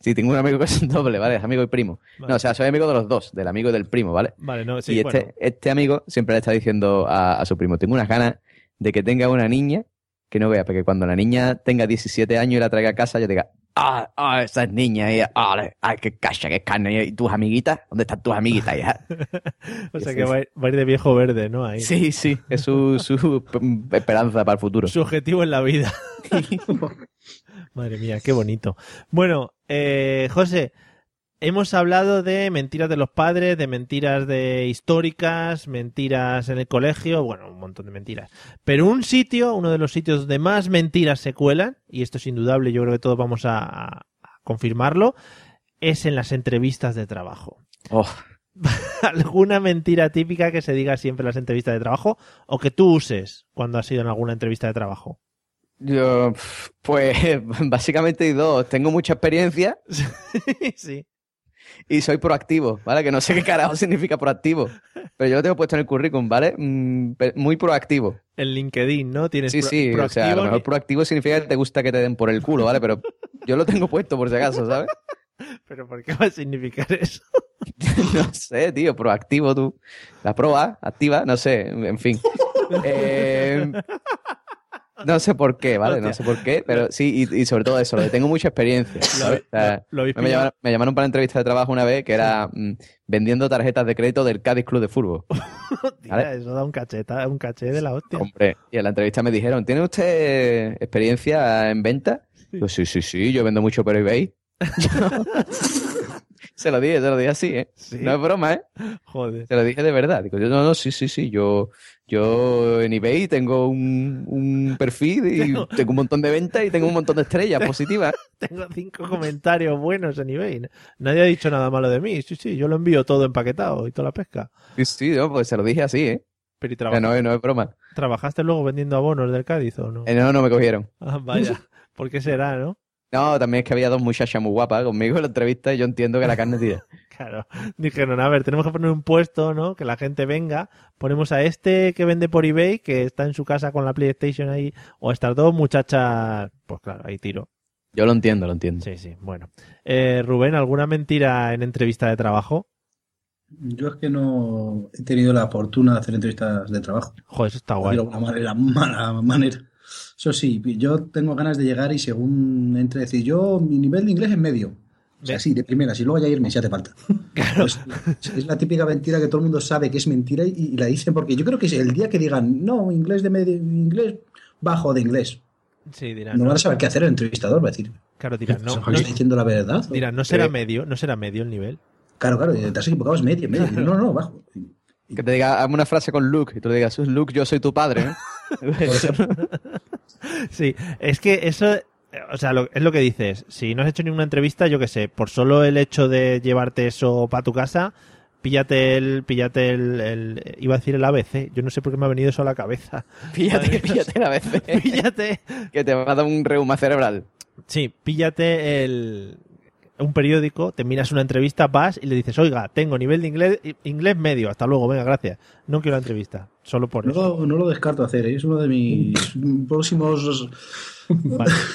Sí, tengo un amigo que es doble, ¿vale? Es amigo y primo.
Vale.
No, o sea, soy amigo de los dos, del amigo y del primo, ¿vale?
Vale, no, sí,
y este,
bueno.
este amigo siempre le está diciendo a, a su primo, tengo unas ganas de que tenga una niña que no vea, porque cuando la niña tenga 17 años y la traiga a casa, yo diga, ah, ah, esa es niña, y, ah, le- ay, qué cacha, qué carne, y tus amiguitas, ¿dónde están tus amiguitas, hija?".
O
este
sea que va a ir, va a ir de viejo verde, ¿no? Ahí.
Sí, sí, es su, su p- esperanza para el futuro.
Su objetivo en la vida. Madre mía, qué bonito. Bueno, eh, José, hemos hablado de mentiras de los padres, de mentiras de históricas, mentiras en el colegio, bueno, un montón de mentiras. Pero un sitio, uno de los sitios donde más mentiras se cuelan, y esto es indudable, yo creo que todos vamos a, a confirmarlo, es en las entrevistas de trabajo.
Oh,
alguna mentira típica que se diga siempre en las entrevistas de trabajo o que tú uses cuando has ido en alguna entrevista de trabajo.
yo, pf, pues básicamente hay dos, tengo mucha experiencia
sí.
y soy proactivo, ¿vale? Que no sé qué carajo significa proactivo, pero yo lo tengo puesto en el currículum, ¿vale? Mm, pe- Muy proactivo.
En LinkedIn, ¿no? Tienes
Sí,
pro-
sí, o sea, a
proactivo
lo mejor
ni-
proactivo significa que te gusta que te den por el culo, ¿vale? Pero yo lo tengo puesto por si acaso, ¿sabes?
Pero ¿por qué va a significar eso?
No sé, tío, proactivo tú. La proa, activa, no sé, en fin. Eh, no sé por qué, ¿vale? No sé por qué, pero sí, y, y sobre todo eso, lo que tengo mucha experiencia. ¿sabes? O sea,
lo habéis
me, llamaron, me llamaron para una entrevista de trabajo una vez que era mm, vendiendo tarjetas de crédito del Cádiz Club de Fútbol.
Tira, eso da un cacheta, un caché de la hostia.
Hombre, y en la entrevista me dijeron, ¿tiene usted experiencia en venta? Yo, sí, sí, sí, yo vendo mucho por eBay. Se lo dije, se lo dije así, ¿eh? No es broma, ¿eh?
Joder.
Se lo dije de verdad. Digo, yo, no, no, sí, sí, sí. Yo, yo en eBay tengo un, un perfil y
Tengo-
tengo... un montón de ventas y tengo un montón de estrellas positivas.
Tengo cinco comentarios buenos en eBay. Nadie ha dicho nada malo de mí. Sí, sí, yo lo envío todo empaquetado y toda la pesca.
Sí, sí, no, pues se lo dije así, ¿eh?
Pero y
O sea, no,
trabaja-
es- no es broma.
¿Trabajaste luego vendiendo abonos del Cádiz o no?
Eh, no, no me cogieron.
Ah, vaya. ¿Por qué será, no?
No, también es que había dos muchachas muy guapas conmigo en la entrevista y yo entiendo que la carne tira.
Claro. Dijeron, a ver, tenemos que poner un puesto, ¿no? Que la gente venga. Ponemos a este que vende por eBay, que está en su casa con la PlayStation ahí, o a estas dos muchachas. Pues claro, ahí tiro.
Yo lo entiendo, lo entiendo.
Sí, sí, bueno. Eh, Rubén, ¿alguna mentira en entrevista de trabajo?
Yo es que no he tenido la fortuna de hacer entrevistas de trabajo.
Joder, eso está
De
guay.
alguna manera, mala manera. Eso sí, yo tengo ganas de llegar y según entre decir, yo mi nivel de inglés es medio. O sea, sí, de primeras, y luego ya irme si hace falta. Pues, es la típica mentira que todo el mundo sabe que es mentira y, y la dicen porque yo creo que es el día que digan, no, inglés de medio, inglés bajo de inglés.
Sí, dirán.
No van a saber qué hacer el entrevistador, va a decir.
Claro, dirán, no.
¿Está diciendo la verdad?
Dirán, no será
Eh,
medio, no será medio el nivel.
Claro, claro, te has equivocado, es medio, medio. No, no, bajo.
Que te diga, hazme una frase con Luke y tú le digas, Luke, yo soy tu padre. ¿eh?
Sí, es que eso, eh, o sea, lo- es lo que dices. Si no has hecho ninguna entrevista, yo qué sé, por solo el hecho de llevarte eso para tu casa, píllate el, píllate el, el- iba a decir el ABC. Yo no sé por qué me ha venido eso a la cabeza.
Píllate, píllate la vez.
Píllate.
Que te va a dar un reuma cerebral.
Sí, píllate el, un periódico, te miras una entrevista, vas y le dices, oiga, tengo nivel de inglés, inglés medio, hasta luego, venga, gracias. No quiero la entrevista, solo por eso.
No, no lo descarto hacer, ¿eh? es uno de mis próximos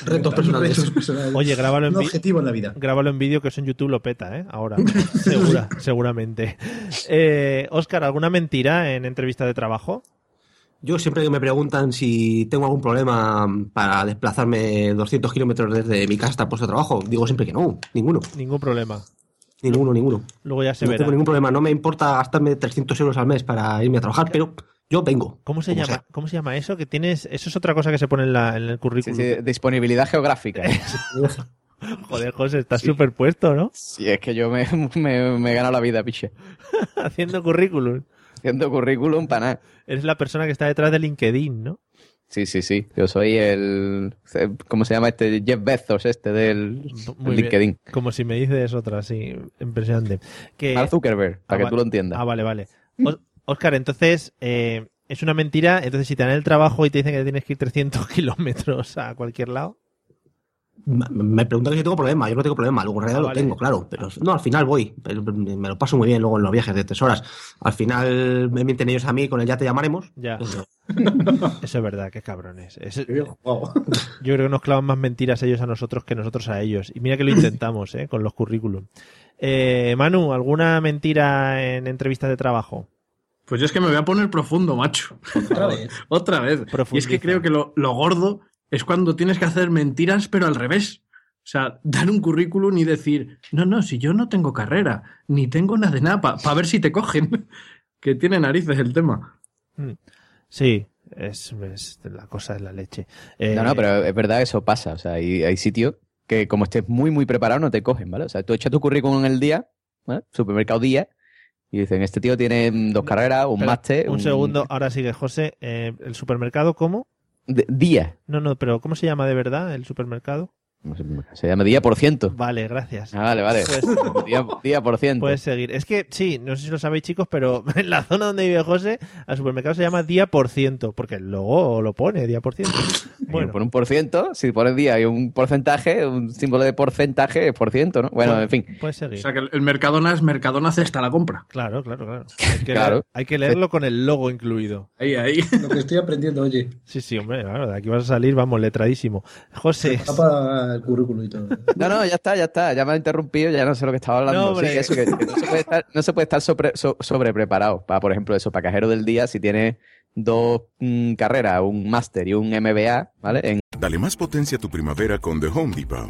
retos personales.
Retos Oye, grábalo en
Un
vi-
objetivo en la vida.
Grábalo en vídeo que eso en YouTube lo peta, ¿eh? Ahora, segura, seguramente. Eh, Oscar, ¿alguna mentira en entrevista de trabajo?
Yo siempre que me preguntan si tengo algún problema para desplazarme 200 kilómetros desde mi casa hasta el puesto de trabajo, digo siempre que no, ninguno,
Ningún problema.
ninguno, ninguno.
Luego ya se
no
verá.
tengo ningún problema, no me importa gastarme 300 euros al mes para irme a trabajar, pero yo vengo.
¿Cómo se
como
llama?
sea.
¿Cómo se llama eso? Que tienes. Eso es otra cosa que se pone en, la- en el currículum.
Disponibilidad geográfica. ¿eh?
Joder, José, estás superpuesto, ¿no?
Sí, es que yo me, me, me he ganado la vida, piche.
Haciendo currículum.
Haciendo currículum para nada.
Eres la persona que está detrás de LinkedIn, ¿no?
Sí, sí, sí. Yo soy el. ¿Cómo se llama este? Jeff Bezos, este del
Muy bien.
LinkedIn.
Como si me dices otra, sí. Impresionante. Que...
Mark Zuckerberg, para
Ah,
que
va-
tú lo entiendas.
Ah, vale, vale. Oscar, entonces, eh, es una mentira. Entonces, si te dan el trabajo y te dicen que tienes que ir 300 kilómetros a cualquier lado.
Me- Me preguntan que si tengo problema, yo no tengo problema, luego en realidad
Ah,
lo
vale.
tengo, claro, pero no, al final voy, pero me lo paso muy bien luego en los viajes de tres horas. Al final me mienten ellos a mí con el ya te llamaremos.
Ya.
Pero-
Eso es verdad, qué cabrones. Es- yo creo que nos clavan más mentiras ellos a nosotros que nosotros a ellos. Y mira que lo intentamos, ¿eh? Con los currículum. Eh, Manu, ¿alguna mentira en entrevistas de trabajo?
Pues yo es que me voy a poner profundo, macho.
Otra vez.
Otra vez. Y es que creo que lo, lo gordo es cuando tienes que hacer mentiras, pero al revés. O sea, dar un currículum y decir, no, no, si yo no tengo carrera, ni tengo nada de nada, para ver si te cogen. que tiene narices el tema.
Sí, es, es- la cosa es la leche. Eh,
No, no, pero es verdad, eso pasa. O sea, hay, hay sitios que como estés muy, muy preparado no te cogen, ¿vale? O sea, tú echas tu currículum en el día, ¿vale? Supermercado día, y dicen, este tío tiene mm, dos carreras, un
espera,
máster.
Un segundo, ahora sigue José. Eh, ¿El supermercado cómo?
de- día.
No, no, pero ¿cómo se llama de verdad el supermercado?
Se llama día por ciento.
Vale, gracias.
Ah, vale, vale.
Pues-
día, día por ciento.
Puedes seguir. Es que, sí, no sé si lo sabéis, chicos, pero en la zona donde vive José, al supermercado se llama día por ciento, porque el logo lo pone, día por ciento.
Bueno. Por un por ciento, si pones día y un porcentaje, un símbolo de porcentaje es por ciento, ¿no? Bueno, en fin.
Puedes seguir.
O sea, que el- el Mercadona es Mercadona cesta la compra.
Claro, claro, claro. Hay que,
Claro.
leer- hay que leerlo con el logo incluido.
Ahí, ahí.
Lo que estoy aprendiendo, oye,
Sí, sí, hombre, claro, de aquí vas a salir, vamos, letradísimo. José,
va para el currículum y todo.
No, no, ya está, ya está. Ya me ha interrumpido, ya no sé lo que estaba hablando.
No, hombre.
Sí, eso que, que no se puede estar, no se puede estar sobre, so- sobrepreparado. Para, por ejemplo, eso, para cajero del día, si tienes dos mm, carreras, un máster y un MBA, ¿vale? En
Dale más potencia a tu primavera con The Home Depot.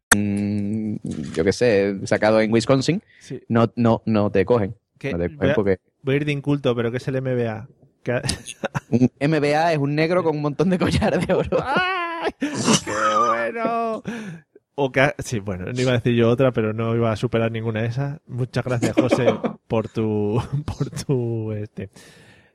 mm, yo qué sé, sacado en Wisconsin,
Sí.
no, no, no te cogen.
Que
No te
voy,
cogen
a,
porque
voy a ir de inculto, pero que es el MBA. Que-
un MBA es un negro con un montón de collares de oro.
¡Qué bueno! O que, sí, bueno, no iba a decir yo otra, pero no iba a superar ninguna de esas. Muchas gracias, José, por tu, por tu, este.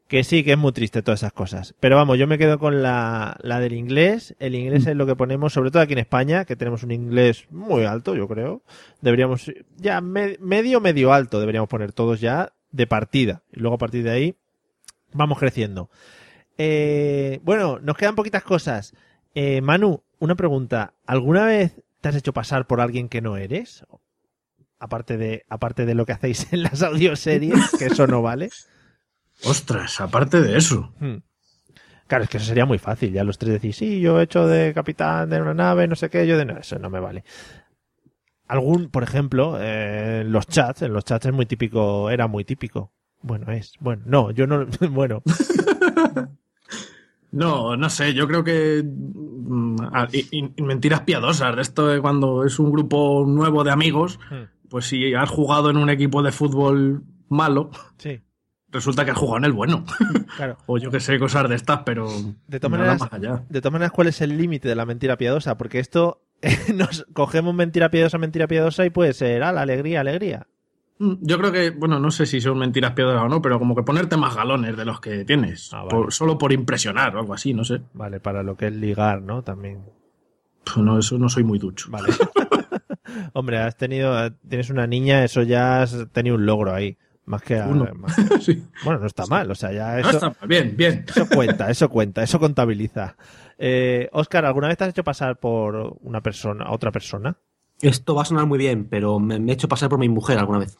Que sí, que es muy triste todas esas cosas. Pero vamos, yo me quedo con la, la del inglés. El inglés es lo que ponemos, sobre todo aquí en España, que tenemos un inglés muy alto, yo creo. Deberíamos, ya me- medio, medio alto deberíamos poner todos ya de partida. Y luego a partir de ahí, vamos creciendo. Eh, bueno, nos quedan poquitas cosas. Eh, Manu, una pregunta. ¿Alguna vez te has hecho pasar por alguien que no eres? Aparte de, aparte de lo que hacéis en las audioseries, que eso no vale.
Ostras, aparte de eso.
Hmm. Claro, es que eso sería muy fácil. Ya los tres decís, sí, yo he hecho de capitán de una nave, no sé qué, yo de no, eso no me vale. Algún, por ejemplo, eh, en los chats, en los chats es muy típico, era muy típico. Bueno, es, bueno, no, yo no, bueno,
No, no sé, yo creo que. mm, ah, y- y- mentiras piadosas de esto de cuando es un grupo nuevo de amigos,
Hmm.
pues si has jugado en un equipo de fútbol malo,
sí.
resulta que has jugado en el bueno.
Claro.
o yo que sé, cosas de estas, pero.
De todas,
nada
maneras,
más allá.
de todas maneras, ¿cuál es el límite de la mentira piadosa? Porque esto nos cogemos mentira piadosa, mentira piadosa y puede ser, ah, la alegría, alegría.
Mm, Yo creo que, bueno, no sé si son mentiras piedras o no, pero como que ponerte más galones de los que tienes,
Ah,
por- solo por impresionar o algo así, no sé.
Vale, para lo que es ligar, ¿no? También.
Pues no, eso no soy muy ducho.
Vale. Hombre, has tenido, tienes una niña, eso ya has tenido un logro ahí. Más que. a-
Uno.
más- Bueno, no está mal, o sea, ya
No
eso.
está mal, bien, bien.
Eso cuenta, eso cuenta, eso contabiliza. Eh, Oscar, ¿alguna vez te has hecho pasar por una persona, otra persona?
Esto va a sonar muy bien, pero me, me he hecho pasar por mi mujer alguna vez.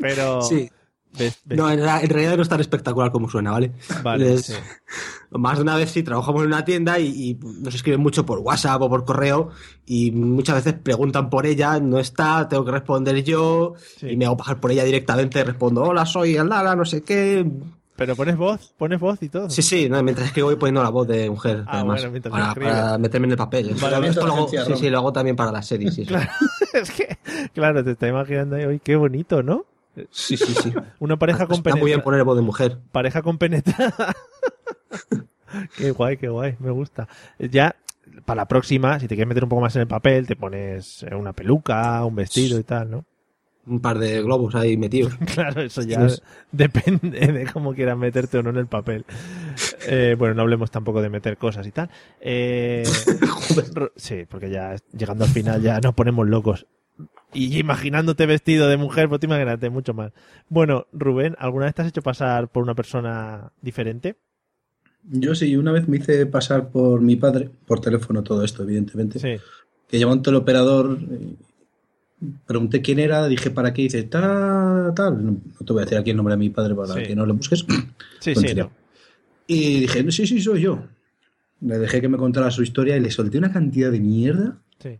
Pero.
Sí.
Ves- ves-
No, en, ra- en realidad no es tan espectacular como suena, ¿vale?
Vale,
Es-
sí.
Más de una vez sí, trabajamos en una tienda y, y nos escriben mucho por WhatsApp o por correo y muchas veces preguntan por ella, no está, tengo que responder yo y me hago pasar por ella directamente, respondo, hola, soy Alara, no sé qué.
Pero pones voz, pones voz y todo.
Sí, sí, no, mientras escribo voy poniendo la voz de mujer,
Ah,
además,
bueno, mientras
para,
escribes.
para meterme en el papel.
Vale,
Esto lo hago-
agencia,
sí,
Ron.
sí, lo hago también para las series. sí, sí.
es que, claro, te está imaginando ahí, "Uy, qué bonito, ¿no?
Sí, sí, sí.
Una pareja con
Está muy bien poner voz de mujer.
Pareja compenetrada. qué guay, qué guay, me gusta. Ya, para la próxima, si te quieres meter un poco más en el papel, te pones eh, una peluca, un vestido y tal, ¿no?
Un par de globos ahí metidos.
Claro, eso ya
Sí, sí.
depende de cómo quieras meterte o no en el papel. Eh, bueno, no hablemos tampoco de meter cosas y tal. Eh, Ro- sí, porque ya es- llegando al final ya nos ponemos locos. Y imaginándote vestido de mujer, pues te imagínate mucho más. Bueno, Rubén, ¿alguna vez te has hecho pasar por una persona diferente?
Yo sí, una vez me hice pasar por mi padre, por teléfono todo esto, evidentemente. Que llamó un teleoperador, eh, pregunté quién era, dije para qué, dice tal, tal. No, no te voy a decir aquí el nombre de mi padre para
Sí.
que no lo busques.
Sí, sí,
Tontería.
no.
Y dije, sí, sí, soy yo. Le dejé que me contara su historia y le solté una cantidad de mierda
Sí.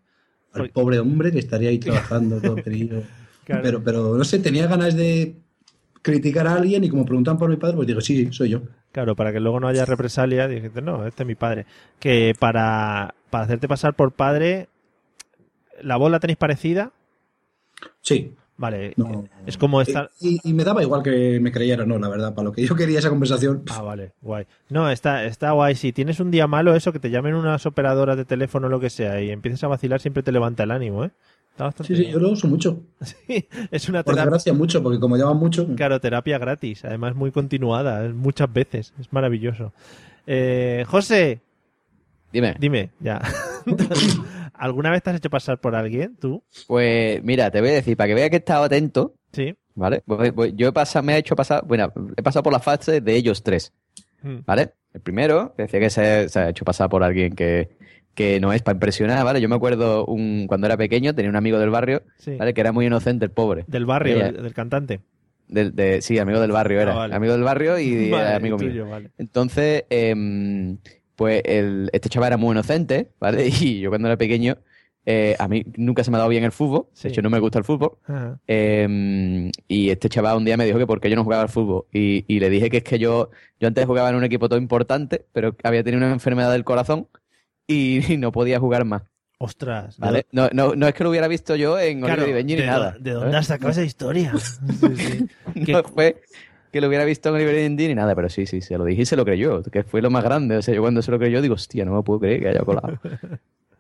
al pobre hombre que estaría ahí trabajando todo perdido. Pero, pero no sé, tenía ganas de criticar a alguien y como preguntan por mi padre, pues digo, sí, sí, soy yo.
Claro, para que luego no haya represalia, dijiste, no, este es mi padre. Que para, para hacerte pasar por padre, ¿la voz la tenéis parecida?
Sí.
Vale,
No.
es como estar...
Eh, Y, y me daba igual que me creyera o no, la verdad, para lo que yo quería esa conversación.
Ah, vale, guay. No, está, está guay. Si tienes un día malo, eso, que te llamen unas operadoras de teléfono o lo que sea y empieces a vacilar, siempre te levanta el ánimo, ¿eh? Está bastante
Sí, sí,
bien.
yo lo uso mucho.
Sí, es una
Por
terapia,
desgracia, mucho, porque como llaman mucho,
claro, terapia gratis, además muy continuada, es muchas veces, es maravilloso. Eh, José.
Dime.
Dime, ya. Entonces, ¿Alguna vez te has hecho pasar por alguien, tú?
Pues mira, te voy a decir, para que veas que he estado atento,
Sí.
¿vale? Voy- voy- yo he pasado, me he hecho pasar, bueno, he pasado por la fase de ellos tres,
Mm.
¿vale? El primero, que decía que se, se ha hecho pasar por alguien que, que no es para impresionar, ¿vale? Yo me acuerdo un, cuando era pequeño, tenía un amigo del barrio,
Sí.
¿vale? Eh, Que era muy inocente, el pobre.
Del barrio,
Era-
del, del cantante.
del- de- sí, amigo del barrio era.
Ah, vale.
Amigo del barrio y
Vale,
era amigo mío.
tuyo, vale.
Entonces, em, pues el- este chaval era muy inocente, ¿vale? Y yo cuando era pequeño, Eh, a mí nunca se me ha dado bien el fútbol, de hecho no me gusta el fútbol.
Ajá.
Eh, y este chaval un día me dijo que porque yo no jugaba al fútbol. Y, y le dije que es que yo, yo antes jugaba en un equipo todo importante, pero había tenido una enfermedad del corazón y, y no podía jugar más.
Ostras. ¿de
¿vale? No, no, no es que lo hubiera visto yo en
Claro,
Oliver y Benji ni
¿de
nada. ¿eh?
dó- de dónde has sacado esa historia?
No fue que lo hubiera visto en Oliver y Benji ni nada, pero sí, sí, se lo dije y se lo creyó, que fue lo más grande. O sea, yo cuando se lo creyó digo, hostia, no me puedo creer que haya colado.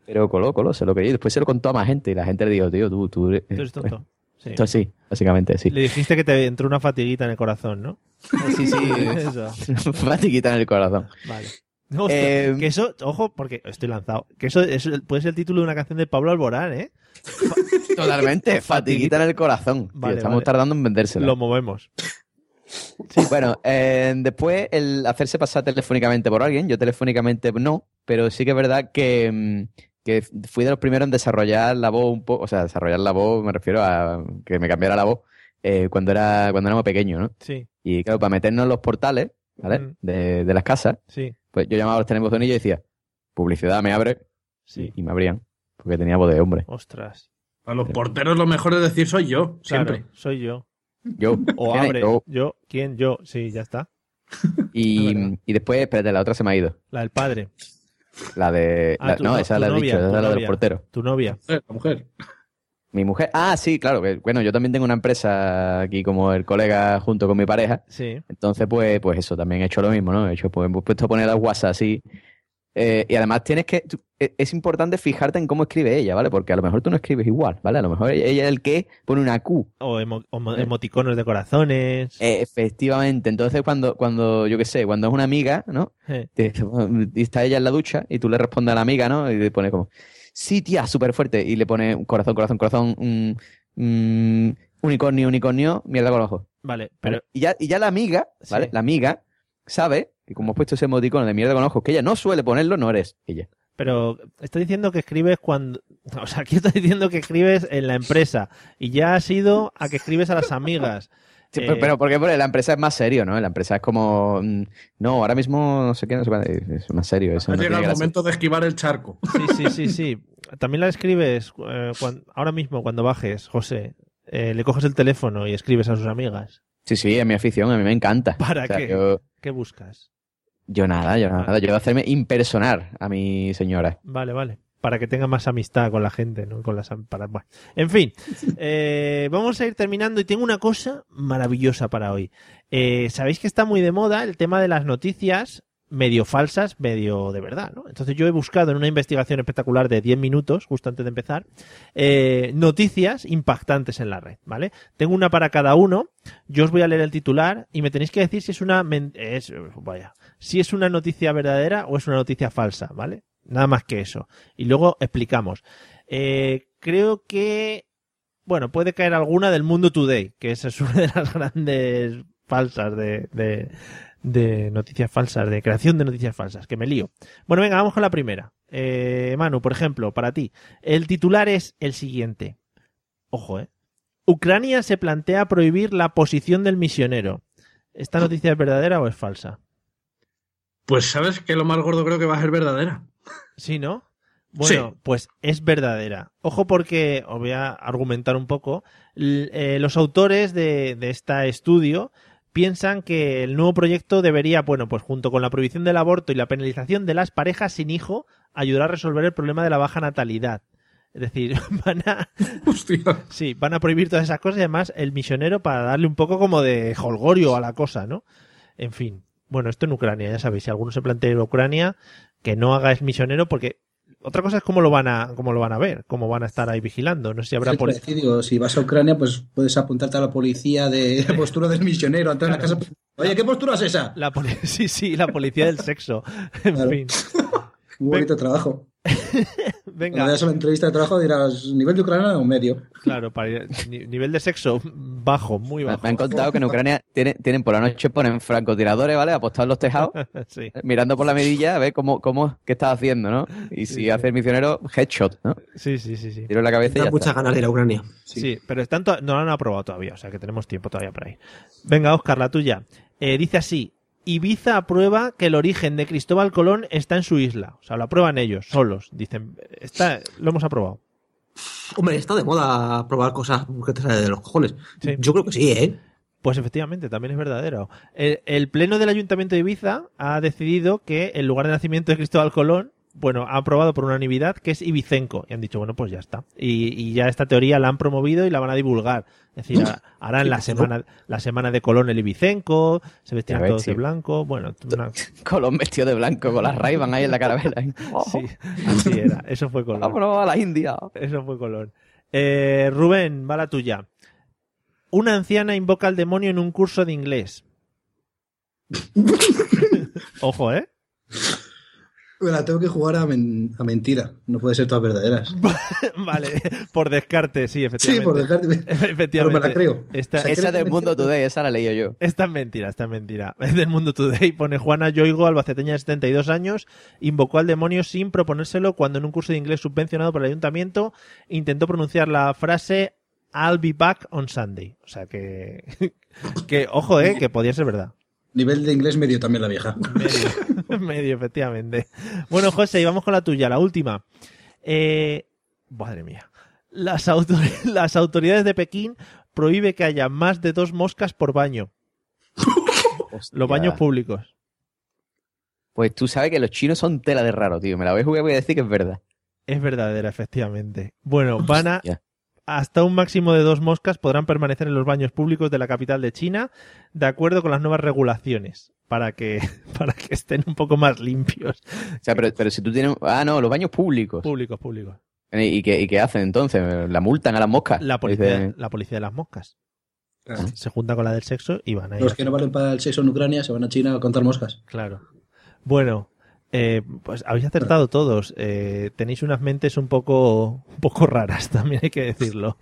Pero coló, coló, se lo creyó. y Después se lo contó a más gente y la gente le dijo, tío, tú, tú eres...
Tú eres tonto. Sí.
Esto sí, básicamente, sí.
Le dijiste que te entró una fatiguita en el corazón, ¿no?
Sí, sí.
Eso.
Fatiguita en el corazón.
Vale. Ostras,
Eh,
que eso, ojo, porque estoy lanzado. Que eso es- puede ser el título de una canción de Pablo Alborán, ¿eh?
Totalmente, fatiguita en el corazón. tío,
Vale,
estamos
vale.
tardando en vendérsela.
Lo movemos.
Bueno, eh, después el hacerse pasar telefónicamente por alguien, yo telefónicamente no, pero sí que es verdad que, mm, que fui de los primeros en desarrollar la voz un poco, o sea, desarrollar la voz, me refiero a que me cambiara la voz eh, cuando era cuando era más pequeño, ¿no?
Sí,
Y claro, para meternos en los portales, ¿vale?
Mm.
De, de las casas,
sí.
pues yo llamaba a los telefonillos y decía, publicidad me abre,
Sí.
y me abrían, porque tenía voz de hombre.
Ostras.
A los porteros lo mejor es decir soy yo, siempre.
Claro, soy yo.
Yo,
O
¿quién es? Oh.
abre.
Yo.
Yo, ¿quién? Yo. Sí, ya está.
Y, y después, espérate, la otra se me ha ido.
La del padre.
La de.
Ah,
la-
tu
no,
no-
esa
tu
la he
novia,
dicho,
tu
esa es la del
novia.
portero.
Tu novia.
La mujer.
Mi mujer. Ah, sí, claro. que- Bueno, yo también tengo una empresa aquí como el colega junto con mi pareja.
Sí.
Entonces, pues, pues eso, también he hecho lo mismo, ¿no? He hecho, pues, he puesto a poner las WhatsApp así. Eh, y además tienes que. tú- e- es importante fijarte en cómo escribe ella, ¿vale? Porque a lo mejor tú no escribes igual, ¿vale? A lo mejor ella es el que pone una Q.
O, emo- o mo- emoticonos de corazones.
Eh, efectivamente. Entonces, cuando, cuando, yo qué sé, cuando es una amiga, ¿no?
Eh.
Te- Y está ella en la ducha y tú le respondes a la amiga, ¿no? Y le pones como, sí, tía, súper fuerte. Y le pone un corazón, corazón, corazón, un, un unicornio, unicornio, mierda con los ojos.
Vale, pero
Y, ya, y ya la amiga, ¿vale?
Sí.
La amiga sabe que como has puesto ese emoticono de mierda con los ojos, que ella no suele ponerlo, no eres ella.
Pero está diciendo que escribes cuando. O sea, aquí está diciendo que escribes en la empresa. Y ya ha sido a que escribes a las amigas.
Sí,
Eh,
pero- Pero porque bueno, la empresa es más serio, ¿no? La empresa es como, mm, no, ahora mismo no sé qué, no sé cuál". es más serio. Eso
Ha
no tiene
llegado el
gracia.
momento de esquivar el charco.
Sí, sí, sí, sí. También la escribes eh, cuan- ahora mismo cuando bajes, José. eh, le coges el teléfono y escribes a sus amigas.
Sí, sí, es mi afición, a mí me encanta.
¿Para
O sea,
qué?
Yo,
¿Qué buscas?
yo nada, yo nada. Yo voy a hacerme impersonar a mi señora.
Vale, vale. Para que tenga más amistad con la gente, ¿no? Con las, am- para, bueno. En fin, eh, vamos a ir terminando y tengo una cosa maravillosa para hoy. Eh, Sabéis que está muy de moda el tema de las noticias medio falsas, medio de verdad, ¿no? Entonces yo he buscado en una investigación espectacular de 10 minutos, justo antes de empezar, eh, noticias impactantes en la red, ¿vale? Tengo una para cada uno, yo os voy a leer el titular y me tenéis que decir si es una... men- es- vaya, si es una noticia verdadera o es una noticia falsa, ¿vale? Nada más que eso. Y luego explicamos. Eh, creo que, bueno, puede caer alguna del Mundo Today, que esa es una de las grandes falsas de, de, de noticias falsas, de creación de noticias falsas, que me lío. Bueno, venga, vamos con la primera. Eh, Manu, por ejemplo, para ti, el titular es el siguiente. Ojo, ¿eh? Ucrania se plantea prohibir la posición del misionero. ¿Esta noticia es verdadera o es falsa?
Pues sabes que lo más gordo creo que va a ser verdadera.
Sí, ¿no? Bueno, pues es verdadera. Ojo porque, os voy a argumentar un poco, l- eh, los autores de, de este estudio piensan que el nuevo proyecto debería, bueno, pues junto con la prohibición del aborto y la penalización de las parejas sin hijo, ayudar a resolver el problema de la baja natalidad. Es decir, van a... Sí, van a prohibir todas esas cosas y además el misionero para darle un poco como de holgorio a la cosa, ¿no? En fin. Bueno, esto en Ucrania, ya sabéis. Si alguno se plantea ir a Ucrania, que no haga es misionero porque... Otra cosa es cómo lo van a, cómo lo van a ver, cómo van a estar ahí vigilando. No sé si habrá
Sí, te iba a
policía.
decir, digo, pues si vas a Ucrania, pues puedes apuntarte a la policía de la postura del misionero, entrar en la casa. Oye, ¿qué postura es esa?
La poli- sí, sí, la policía del sexo. En fin.
Un bonito trabajo. Cuando
Venga,
vayas a la entrevista de trabajo dirás, nivel de ucraniano o medio.
claro, para ir- ni- nivel de sexo bajo, muy
Me,
bajo.
me han contado que en Ucrania tienen, tienen por la noche ponen francotiradores, ¿vale? Apostados en los tejados,
Sí.
mirando por la medilla a ver cómo, cómo, qué estás haciendo, ¿no? Y si hace el misionero, headshot, ¿no?
Sí, sí, sí, sí.
Tiro en la cabeza y
Da
ya
muchas
está.
ganas de ir a Ucrania. Sí, pero están to- no lo han aprobado todavía, o sea que tenemos tiempo todavía para ir. Venga, Oscar, la tuya. Eh, dice así: Ibiza aprueba que el origen de Cristóbal Colón está en su isla. O sea, lo aprueban ellos, solos. Dicen, está, lo hemos aprobado.
Hombre, está de moda probar cosas que te salen de los cojones. Yo creo que sí, ¿eh?
Pues efectivamente, también es verdadero. El, el Pleno del Ayuntamiento de Ibiza ha decidido que el lugar de nacimiento de Cristóbal Colón, bueno, ha aprobado por unanimidad que es Ibicenco. Y han dicho, bueno, pues ya está. Y, y ya esta teoría la han promovido y la van a divulgar. Es decir,
Ah,
ha- harán la semana, la semana de Colón el Ibicenco, se vestirán
Ya ves,
todos de
sí.
blanco. Bueno, una-
Colón vestido de blanco con las ray ahí en la caravela. Oh,
Sí, así era. Eso fue Colón.
Vámonos a la India.
Eso fue Colón. Eh, Rubén, va la tuya. Una anciana invoca al demonio en un curso de inglés. Ojo, ¿eh?
Me la tengo que jugar a, men- a mentira. No puede ser todas verdaderas.
vale, por descarte, sí, efectivamente.
por descarte. Pero
efectivamente.
me la creo.
Esta,
esa del Mundo Today, esa la he leído yo.
Esta es mentira, esta es mentira. Es del Mundo Today. Pone Juana Yoigo, albaceteña de 72 años, invocó al demonio sin proponérselo cuando en un curso de inglés subvencionado por el ayuntamiento intentó pronunciar la frase I'll be back on Sunday. O sea que, que ojo, eh, que podía ser verdad.
Nivel de inglés medio también la vieja.
Medio, efectivamente. Bueno, José, y vamos con la tuya, la última. Eh, madre mía. Las, autor- las autoridades de Pekín prohíbe que haya más de dos moscas por baño. Los baños públicos.
Pues tú sabes que los chinos son tela de raro, tío. Me la voy a jugar y voy a decir que es verdad.
Es verdadera, efectivamente. Bueno, van a... Hasta un máximo de dos moscas podrán permanecer en los baños públicos de la capital de China, de acuerdo con las nuevas regulaciones, para que, para que estén un poco más limpios.
O sea, pero, pero si tú tienes... Ah, no, los baños públicos.
Públicos, públicos.
¿Y, y qué, y qué hacen entonces? ¿La multan a las moscas?
La policía,
Dice-
la policía de las moscas. Se junta con la del sexo y van a ir.
Los que no valen para el sexo en Ucrania se van a China a contar moscas.
Claro. Bueno, eh, pues habéis acertado todos. Eh, tenéis unas mentes un poco, un poco raras, también hay que decirlo.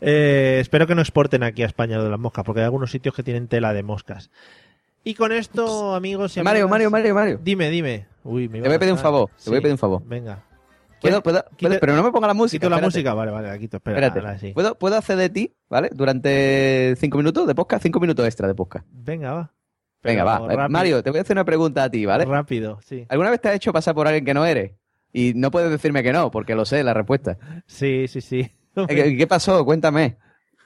Eh, espero que no exporten aquí a España lo de las moscas, porque hay algunos sitios que tienen tela de moscas. Y con esto, amigos y
Mario,
amigas-
Mario, Mario, Mario.
Dime, dime. Uy, me
Te
iba
voy a pedir un
lanzar.
favor, te
Sí,
voy a pedir un favor.
Venga.
¿Puedo, puedo-
Quita-
puedo- pero no me ponga la música.
Quito la
espérate.
música, vale, vale, la quito. Espera,
Espérate.
ahora sí.
¿Puedo, ¿Puedo hacer de ti, ¿vale? Durante cinco minutos de podcast, cinco minutos extra de podcast.
Venga, va.
Venga,
Pero
va.
rápido.
Mario, te voy a hacer una pregunta a ti, ¿vale?
Rápido, sí.
¿Alguna vez te has hecho pasar por alguien que no eres? Y no puedes decirme que no, porque lo sé la respuesta.
Sí, sí, sí.
¿Qué, qué pasó? Cuéntame.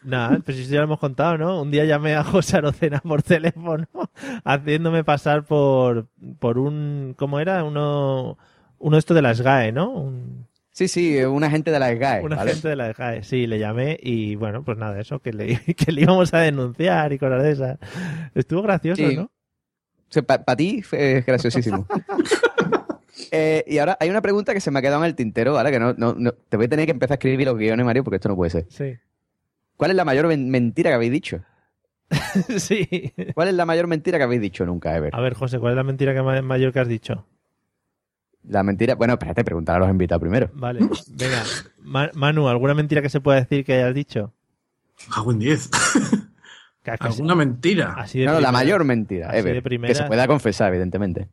Nada, pero si eso ya lo hemos contado, ¿no? Un día llamé a José Arocena por teléfono haciéndome pasar por, por un, ¿cómo era? Uno, uno de estos de las GAE, ¿no? Un,
Sí, sí, un agente de la SGAE.
un
¿vale?
agente de las GAE, sí, le llamé y bueno, pues nada, eso, que le, que le íbamos a denunciar y cosas de esas. Estuvo gracioso,
Sí.
¿no?
Para ti fue- es graciosísimo. Eh, y ahora hay una pregunta que se me ha quedado en el tintero, ¿vale? Que no, no, no- te voy a tener que empezar a escribir los guiones, Mario, porque esto no puede ser.
Sí.
¿Cuál es la mayor men- mentira que habéis dicho?
sí.
¿Cuál es la mayor mentira que habéis dicho nunca, Ever?
A ver, José, ¿cuál es la mentira que ma- mayor que has dicho?
La mentira. Bueno, espérate, preguntar a los invitados primero.
Vale, venga. Ma- Manu, ¿alguna mentira que se pueda decir que hayas dicho?
Hago en 10.
¿Alguna
mentira?
Así de
no, no, la
primera.
mayor mentira,
Así de
Ever.
primera.
Que se pueda confesar, evidentemente.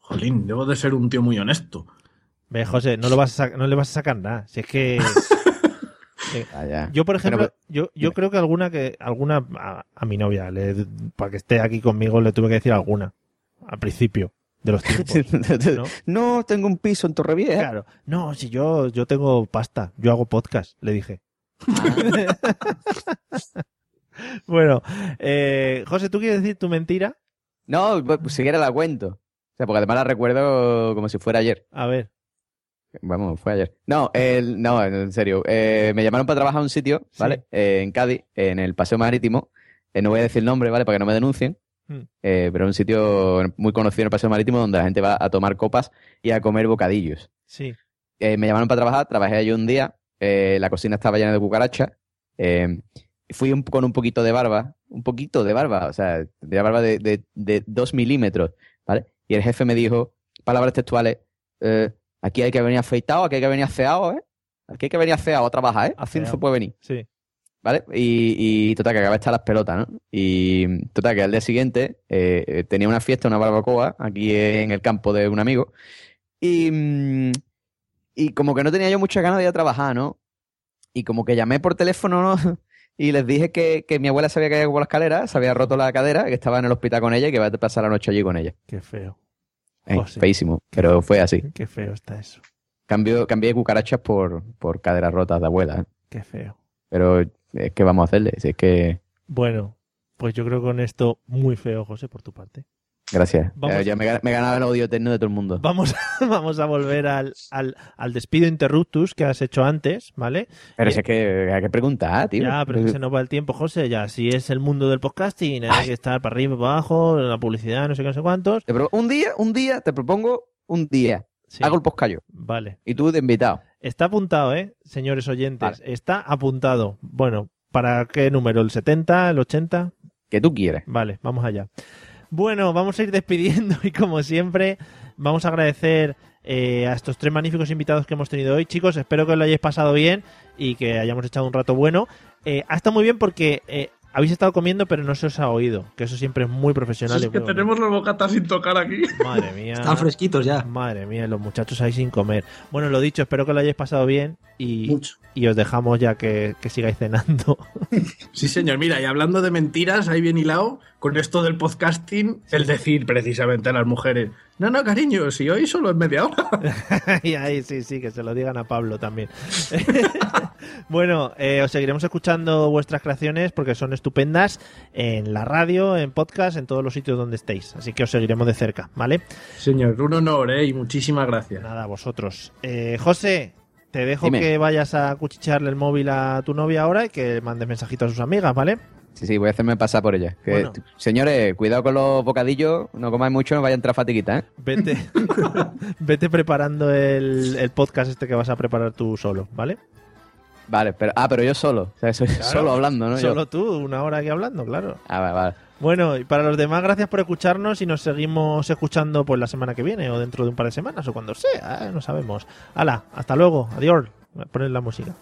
Jolín, debo de ser un tío muy honesto.
Ve, José, no, lo vas a sa- no le vas a sacar nada. Si es que. Eh,
Vaya.
Yo, por ejemplo,
Ah, Bueno,
yo, yo creo que alguna que alguna a, a mi novia, le- para que esté aquí conmigo, le tuve que decir alguna. Al principio de los tiempos. ¿no?
pues, No, tengo un piso en Torrevieja.
Claro. No, si yo, yo tengo pasta, yo hago podcast, le dije. bueno, eh, José, ¿tú quieres decir tu mentira?
No, pues, siquiera la cuento. O sea, porque además la recuerdo como si fuera ayer.
A ver.
Vamos, fue ayer. No, el- no, en serio. Eh, me llamaron para trabajar a un sitio, ¿vale? Eh, en Cádiz, en el Paseo Marítimo. Eh, no voy a decir el nombre, ¿vale? Para que no me denuncien.
Hmm.
Eh, pero es un sitio muy conocido en el Paseo Marítimo donde la gente va a tomar copas y a comer bocadillos.
Sí.
Eh, me llamaron para trabajar, trabajé allí un día, eh, la cocina estaba llena de cucarachas, eh, fui un- con un poquito de barba, un poquito de barba, o sea, de la barba de, de, de dos milímetros, ¿vale? Y el jefe me dijo, palabras textuales, eh, aquí hay que venir afeitado, aquí hay que venir afeado, ¿eh? Aquí hay que venir afeado a trabajar, ¿eh? Así no se
Afeao.
puede venir.
Sí.
¿Vale? Y, y total, que acaba de estar las pelotas, ¿no? Y total, que al día siguiente eh, eh, tenía una fiesta, una barbacoa, aquí en el campo de un amigo. Y, mm, y como que no tenía yo muchas ganas de ir a trabajar, ¿no? Y como que llamé por teléfono, ¿no? Y les dije que, que mi abuela se había caído por la escalera, se había roto la cadera, que estaba en el hospital con ella y que iba a pasar la noche allí con ella.
Qué feo.
Eh,
Oh, sí.
Feísimo, pero fue así.
Qué feo está eso.
Cambio, cambié cucarachas por, por caderas rotas de abuela. ¿eh?
Qué feo.
Pero es que vamos a hacerle. Si es que.
Bueno, pues yo creo que con esto muy feo, José, por tu parte.
Gracias.
Vamos-
Eh, ya me, gana- me ganaba el odio eterno de todo el mundo.
Vamos, vamos a volver al, al, al despido interruptus que has hecho antes, ¿vale?
Pero
Eh,
si es que hay que preguntar, Ah, tío. Eh,
Ya, pero que se nos va el tiempo, José. Ya, si es el mundo del podcasting, hay que estar para arriba, para abajo, la publicidad, no sé qué, no sé cuántos.
Pero un día, un día, te propongo un día. Hago el poscayo.
Vale.
Y tú de invitado.
Está apuntado, ¿eh? Señores oyentes, está apuntado. Bueno, ¿para qué número? ¿El 70? ¿El 80?
Que tú quieres.
Vale, vamos allá. Bueno, vamos a ir despidiendo y como siempre, vamos a agradecer eh, a estos tres magníficos invitados que hemos tenido hoy. Chicos, espero que os lo hayáis pasado bien y que hayamos echado un rato bueno. Eh, ha estado muy bien porque eh, habéis estado comiendo pero no se os ha oído, que eso siempre es muy profesional. y
es que
muy bonito.
tenemos los bocatas sin tocar aquí.
Madre mía.
Están
fresquitos ya. Madre mía, los muchachos ahí sin comer. Bueno, lo dicho, espero que lo hayáis pasado bien y, y os dejamos ya que, que sigáis cenando.
Sí, señor. Mira, y hablando de mentiras, ahí bien hilado, con esto del podcasting, el decir precisamente a las mujeres, no, no, cariño, si hoy solo es media hora.
y ahí sí, sí, que se lo digan a Pablo también. bueno, eh, os seguiremos escuchando vuestras creaciones porque son estupendas en la radio, en podcast, en todos los sitios donde estéis. Así que os seguiremos de cerca, ¿vale?
Señor, un honor, ¿eh? Y muchísimas gracias.
Nada, a vosotros. Eh, José, te dejo
Dime.
que vayas a cuchicharle el móvil a tu novia ahora y que mandes mensajitos a sus amigas, ¿vale?
Sí, sí, voy a hacerme pasar por ella. Que-
Bueno.
Señores, cuidado con los bocadillos, no comáis mucho, no vaya a entrar fatiguita, ¿eh?
Vete, vete preparando el, el podcast este que vas a preparar tú solo, ¿vale?
Vale, pero, ah, pero yo solo, o sea, soy solo hablando, ¿no? Yo-
Solo tú, una hora aquí hablando, claro.
Ah, vale, vale.
Bueno, y para los demás, gracias por escucharnos y nos seguimos escuchando pues la semana que viene o dentro de un par de semanas o cuando sea, ¿eh? no sabemos. Hala, hasta luego, adiós. Voy a poner la música.